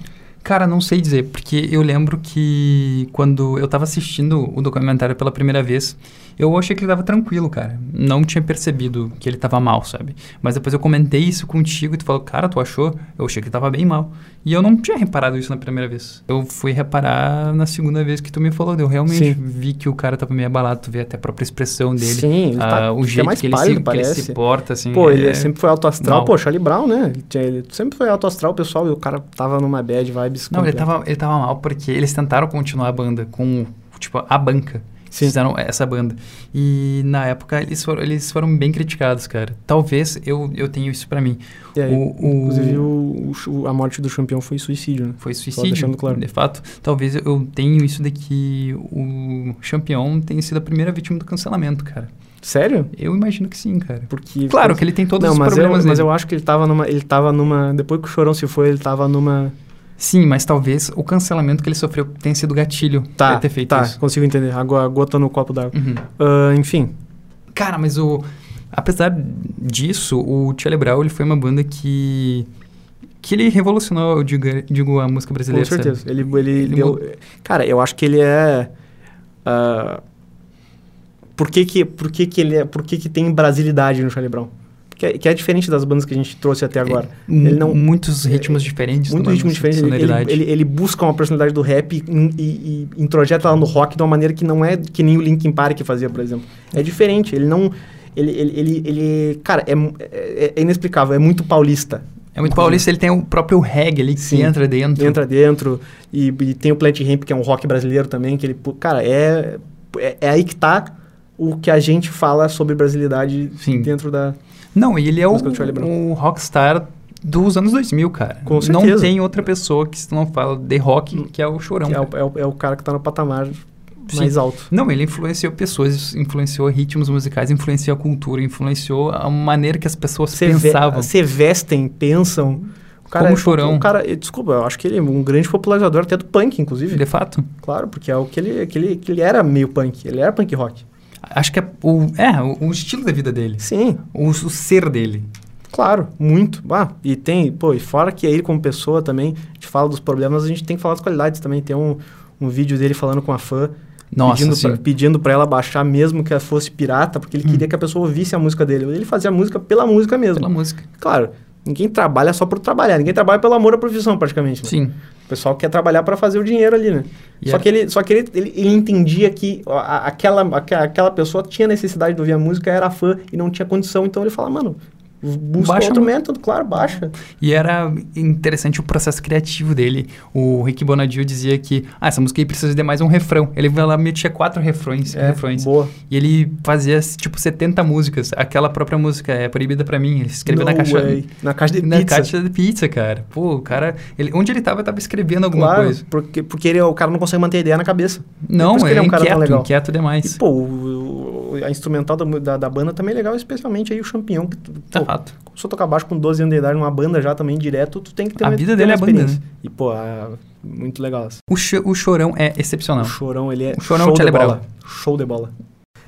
[SPEAKER 2] Cara, não sei dizer, porque eu lembro que quando eu tava assistindo o documentário pela primeira vez, eu achei que ele tava tranquilo, cara. Não tinha percebido que ele tava mal, sabe? Mas depois eu comentei isso contigo e tu falou, cara, tu achou? Eu achei que ele tava bem mal. E eu não tinha reparado isso na primeira vez. Eu fui reparar na segunda vez que tu me falou, eu realmente
[SPEAKER 3] Sim.
[SPEAKER 2] vi que o cara tava meio abalado, tu vê até a própria expressão dele.
[SPEAKER 3] Sim, ele tá-
[SPEAKER 2] ah, o
[SPEAKER 3] fica
[SPEAKER 2] jeito
[SPEAKER 3] mais
[SPEAKER 2] que, ele se,
[SPEAKER 3] pálido,
[SPEAKER 2] que ele se
[SPEAKER 3] parece.
[SPEAKER 2] porta, assim.
[SPEAKER 3] Pô, ele
[SPEAKER 2] é-
[SPEAKER 3] sempre foi autoastral.
[SPEAKER 2] mal.
[SPEAKER 3] Pô, Charlie Brown, né? Ele tinha- Ele sempre foi autoastral, pessoal. E o cara tava numa bad vibes.
[SPEAKER 2] Não, ele
[SPEAKER 3] completa.
[SPEAKER 2] tava, ele tava mal porque eles tentaram continuar a banda com, tipo, a banca.
[SPEAKER 3] Sim.
[SPEAKER 2] Fizeram essa banda. E na época eles foram, eles foram bem criticados, cara. Talvez eu, eu tenho isso pra mim.
[SPEAKER 3] E aí,
[SPEAKER 2] o- o-
[SPEAKER 3] Inclusive, o- o chu- a morte do campeão foi suicídio, né?
[SPEAKER 2] Foi
[SPEAKER 3] deixando
[SPEAKER 2] suicídio,
[SPEAKER 3] claro.
[SPEAKER 2] de fato. Talvez eu- eu tenha isso de que o Champion tenha sido a primeira vítima do cancelamento, cara.
[SPEAKER 3] Sério?
[SPEAKER 2] Eu imagino que sim, cara.
[SPEAKER 3] Porque.
[SPEAKER 2] Claro que ele tem todos
[SPEAKER 3] não,
[SPEAKER 2] os
[SPEAKER 3] mas
[SPEAKER 2] problemas
[SPEAKER 3] eu, mas
[SPEAKER 2] dele.
[SPEAKER 3] eu acho que ele tava numa. Ele tava numa. Depois que o chorão se foi, ele tava numa.
[SPEAKER 2] Sim, mas talvez o cancelamento que ele sofreu tenha sido gatilho pra
[SPEAKER 3] Tá,
[SPEAKER 2] ele ter feito
[SPEAKER 3] tá,
[SPEAKER 2] isso.
[SPEAKER 3] consigo entender. Agora, a gota no copo d'água.
[SPEAKER 2] Uhum.
[SPEAKER 3] Ah, enfim,
[SPEAKER 2] Cara, mas o. Apesar disso, o Charlie Brown ele foi uma banda que. que ele revolucionou, eu digo, digo, a música
[SPEAKER 3] com
[SPEAKER 2] brasileira. sabe?
[SPEAKER 3] certeza. Ele, ele,
[SPEAKER 2] Ele
[SPEAKER 3] deu.
[SPEAKER 2] mu-
[SPEAKER 3] Cara, eu acho que ele é. ah, por que que, por que que ele é, por que que tem brasilidade no Charlie Brown? Que é, que é diferente das bandas que a gente trouxe até agora.
[SPEAKER 2] Mu-
[SPEAKER 3] ele não,
[SPEAKER 2] É,
[SPEAKER 3] é,
[SPEAKER 2] muitos ritmos diferentes,
[SPEAKER 3] muito
[SPEAKER 2] numa
[SPEAKER 3] ritmo
[SPEAKER 2] né? música,
[SPEAKER 3] diferente. Ele,
[SPEAKER 2] sonoridade.
[SPEAKER 3] ele- ele busca uma personalidade do rap e, e- e introjeta ela no rock de uma maneira que não é que nem o Linkin Park fazia, por exemplo. É diferente. Ele não. Ele, ele, ele, ele- cara, é, mu- é- é inexplicável. É muito paulista.
[SPEAKER 2] É muito paulista, ele tem o próprio reggae ali que
[SPEAKER 3] Sim.
[SPEAKER 2] entra dentro.
[SPEAKER 3] Entra dentro. E, e tem o Plant Ramp, que é um rock brasileiro também. que ele pu- Cara, é, é, é aí que tá o que a gente fala sobre brasilidade
[SPEAKER 2] Sim.
[SPEAKER 3] dentro da.
[SPEAKER 2] Não, e ele é o,
[SPEAKER 3] Música do Charlie Brown.
[SPEAKER 2] o rockstar dos anos 2000, cara.
[SPEAKER 3] Com
[SPEAKER 2] Não
[SPEAKER 3] certeza.
[SPEAKER 2] tem outra pessoa que se não fala de rock, que é o Chorão.
[SPEAKER 3] que É
[SPEAKER 2] cara.
[SPEAKER 3] o, é, o, é o cara que tá no patamar mais alto.
[SPEAKER 2] Não, ele influenciou pessoas, influenciou ritmos musicais, influenciou a cultura, influenciou a maneira que as pessoas
[SPEAKER 3] se ve-
[SPEAKER 2] pensavam.
[SPEAKER 3] se vestem, pensam. O cara,
[SPEAKER 2] Como
[SPEAKER 3] é-
[SPEAKER 2] chorão.
[SPEAKER 3] O cara, eh, desculpa, eu acho que ele é um grande popularizador até do punk, inclusive.
[SPEAKER 2] De fato.
[SPEAKER 3] Claro, porque é o que ele, que, ele, que ele era meio punk. Ele era punk rock.
[SPEAKER 2] Acho que é o, é, o- o estilo da vida dele.
[SPEAKER 3] Sim,
[SPEAKER 2] O, o ser dele.
[SPEAKER 3] claro, muito. Ah, e tem, pô, e fora que ele como pessoa também, a gente fala dos problemas, a gente tem que falar das qualidades também. Tem um, um vídeo dele falando com a fã,
[SPEAKER 2] Nossa,
[SPEAKER 3] pedindo,
[SPEAKER 2] sim. Hum.
[SPEAKER 3] pra, pedindo pra ela baixar mesmo que ela fosse pirata, porque ele queria que a pessoa ouvisse a música dele. Ele fazia a música pela música mesmo.
[SPEAKER 2] Pela música.
[SPEAKER 3] Claro, ninguém trabalha só por trabalhar, ninguém trabalha pelo amor à profissão, praticamente. né?
[SPEAKER 2] Sim.
[SPEAKER 3] O pessoal quer trabalhar para fazer o dinheiro ali, né?
[SPEAKER 2] E
[SPEAKER 3] Só
[SPEAKER 2] é-
[SPEAKER 3] que, ele, só que ele, ele, ele entendia que a- a- aquela, aque- aquela pessoa tinha necessidade de ouvir a música, era fã e não tinha condição. Então ele fala, mano, busca
[SPEAKER 2] Baixa
[SPEAKER 3] outro
[SPEAKER 2] a mu-
[SPEAKER 3] método, claro, baixa.
[SPEAKER 2] E era interessante o processo criativo dele. O Rick Bonadio dizia que ah, essa música aí precisa de mais um refrão. Ele vai lá e metia quatro refrões. refrões.
[SPEAKER 3] É, boa.
[SPEAKER 2] E ele fazia tipo 70 músicas. Aquela própria música é proibida pra mim. Ele escreveu na
[SPEAKER 3] No
[SPEAKER 2] caixa.
[SPEAKER 3] way. Na caixa de
[SPEAKER 2] Na
[SPEAKER 3] pizza.
[SPEAKER 2] caixa de pizza, cara. Pô, o cara. ele- onde ele tava, tava escrevendo alguma
[SPEAKER 3] claro,
[SPEAKER 2] coisa.
[SPEAKER 3] porque, porque ele, é- o cara não consegue manter a ideia na cabeça.
[SPEAKER 2] Não,
[SPEAKER 3] Por isso que
[SPEAKER 2] ele é
[SPEAKER 3] um cara tão
[SPEAKER 2] inquieto,
[SPEAKER 3] legal.
[SPEAKER 2] inquieto demais.
[SPEAKER 3] E, pô, o- o- a instrumental da, mu- da, da banda também é legal, especialmente aí o Champion. Que tu,
[SPEAKER 2] Tá
[SPEAKER 3] pô,
[SPEAKER 2] fato.
[SPEAKER 3] se eu tocar baixo com 12 anos de idade numa banda já também direto, tu tem que ter
[SPEAKER 2] A
[SPEAKER 3] uma,
[SPEAKER 2] vida
[SPEAKER 3] ter
[SPEAKER 2] dele
[SPEAKER 3] uma
[SPEAKER 2] é a banda,
[SPEAKER 3] experiência. E, pô, a- muito legal essa.
[SPEAKER 2] O, cho- o chorão é excepcional.
[SPEAKER 3] O chorão, ele é
[SPEAKER 2] O Chorão é o
[SPEAKER 3] show de
[SPEAKER 2] Charlie Brown.
[SPEAKER 3] bola. Show de bola.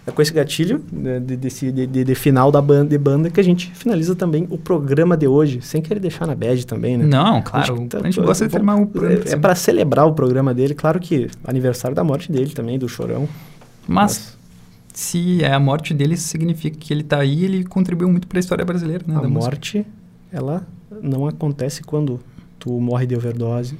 [SPEAKER 3] É com esse gatilho né, de, desse, de, de- de final da banda, de banda que a gente finaliza também o programa de hoje, sem querer deixar na bad também, né?
[SPEAKER 2] Não,
[SPEAKER 3] A
[SPEAKER 2] claro.
[SPEAKER 3] gente tá-
[SPEAKER 2] a gente
[SPEAKER 3] tá-
[SPEAKER 2] gosta de
[SPEAKER 3] vamos-
[SPEAKER 2] terminar um
[SPEAKER 3] É, é para celebrar o programa dele, claro que aniversário da morte dele também, do Chorão.
[SPEAKER 2] Mas se é a morte dele, isso significa que ele tá aí ele contribuiu muito pra história brasileira, né?
[SPEAKER 3] A
[SPEAKER 2] da música.
[SPEAKER 3] morte, ela não acontece quando tu morre de overdose.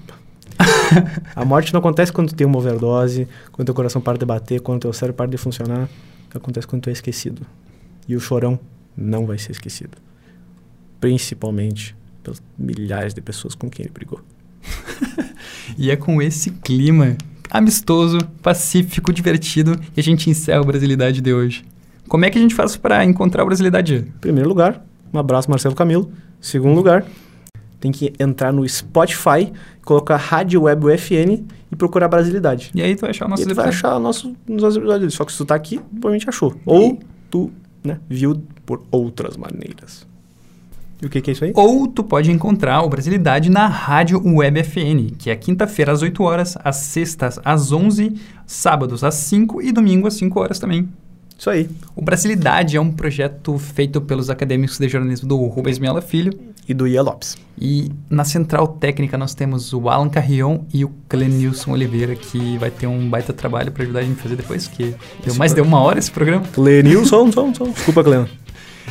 [SPEAKER 3] a morte não acontece quando tu tem uma overdose, quando teu coração para de bater, quando teu cérebro para de funcionar. Acontece quando tu é esquecido. E o Chorão não vai ser esquecido. Principalmente pelas milhares de pessoas com quem ele brigou.
[SPEAKER 2] E é com esse clima amistoso, pacífico, divertido que a gente encerra o Brasilidade de hoje. Como é que a gente faz para encontrar o Brasilidade?
[SPEAKER 3] Primeiro lugar, um abraço Marcelo Camilo. Segundo lugar, tem que entrar no Spotify, colocar Rádio Web UFN e procurar Brasilidade.
[SPEAKER 2] E aí tu vai achar o nosso
[SPEAKER 3] e tu vai achar nosso, nossos episódios. dele. Só que se tu tá aqui, provavelmente achou. Ou tu né, viu por outras maneiras. E o que, que é isso aí?
[SPEAKER 2] Ou tu pode encontrar o Brasilidade na Rádio Web FN, que é quinta-feira às 8 horas, às sextas às 11, sábados às 5 e domingo às 5 horas também.
[SPEAKER 3] Isso aí.
[SPEAKER 2] O Brasilidade é um projeto feito pelos acadêmicos de jornalismo do Rubens Mela Filho
[SPEAKER 3] E do Ia Lopes.
[SPEAKER 2] e na central técnica nós temos o Alan Carrion e o Clenilson Oliveira que vai ter um baita trabalho para ajudar a gente a fazer depois, que deu mais de uma hora esse programa.
[SPEAKER 3] Clenilson, som, som. Desculpa, Cleno.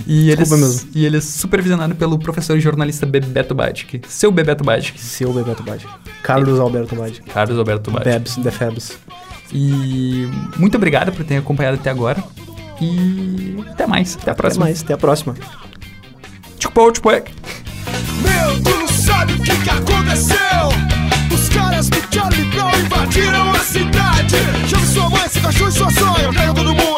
[SPEAKER 2] E ele, é,
[SPEAKER 3] Desculpa
[SPEAKER 2] su- e ele é supervisionado pelo professor e jornalista Bebeto Badic. Seu Bebeto Badic.
[SPEAKER 3] Seu Bebeto Badi. Carlos Alberto Badi.
[SPEAKER 2] Carlos Alberto Badic.
[SPEAKER 3] Bebs, The Fabs.
[SPEAKER 2] E muito obrigado por ter acompanhado até agora. E até mais. Até a
[SPEAKER 3] Até
[SPEAKER 2] próxima.
[SPEAKER 3] mais. Até a próxima.
[SPEAKER 2] Tchupou, tchupuec.
[SPEAKER 4] Meu, tu não sabe o que, que aconteceu. Os caras do Charlie Brown invadiram a cidade. Chame é sua mãe, seu cachorro e sua sogra, pega todo mundo. um é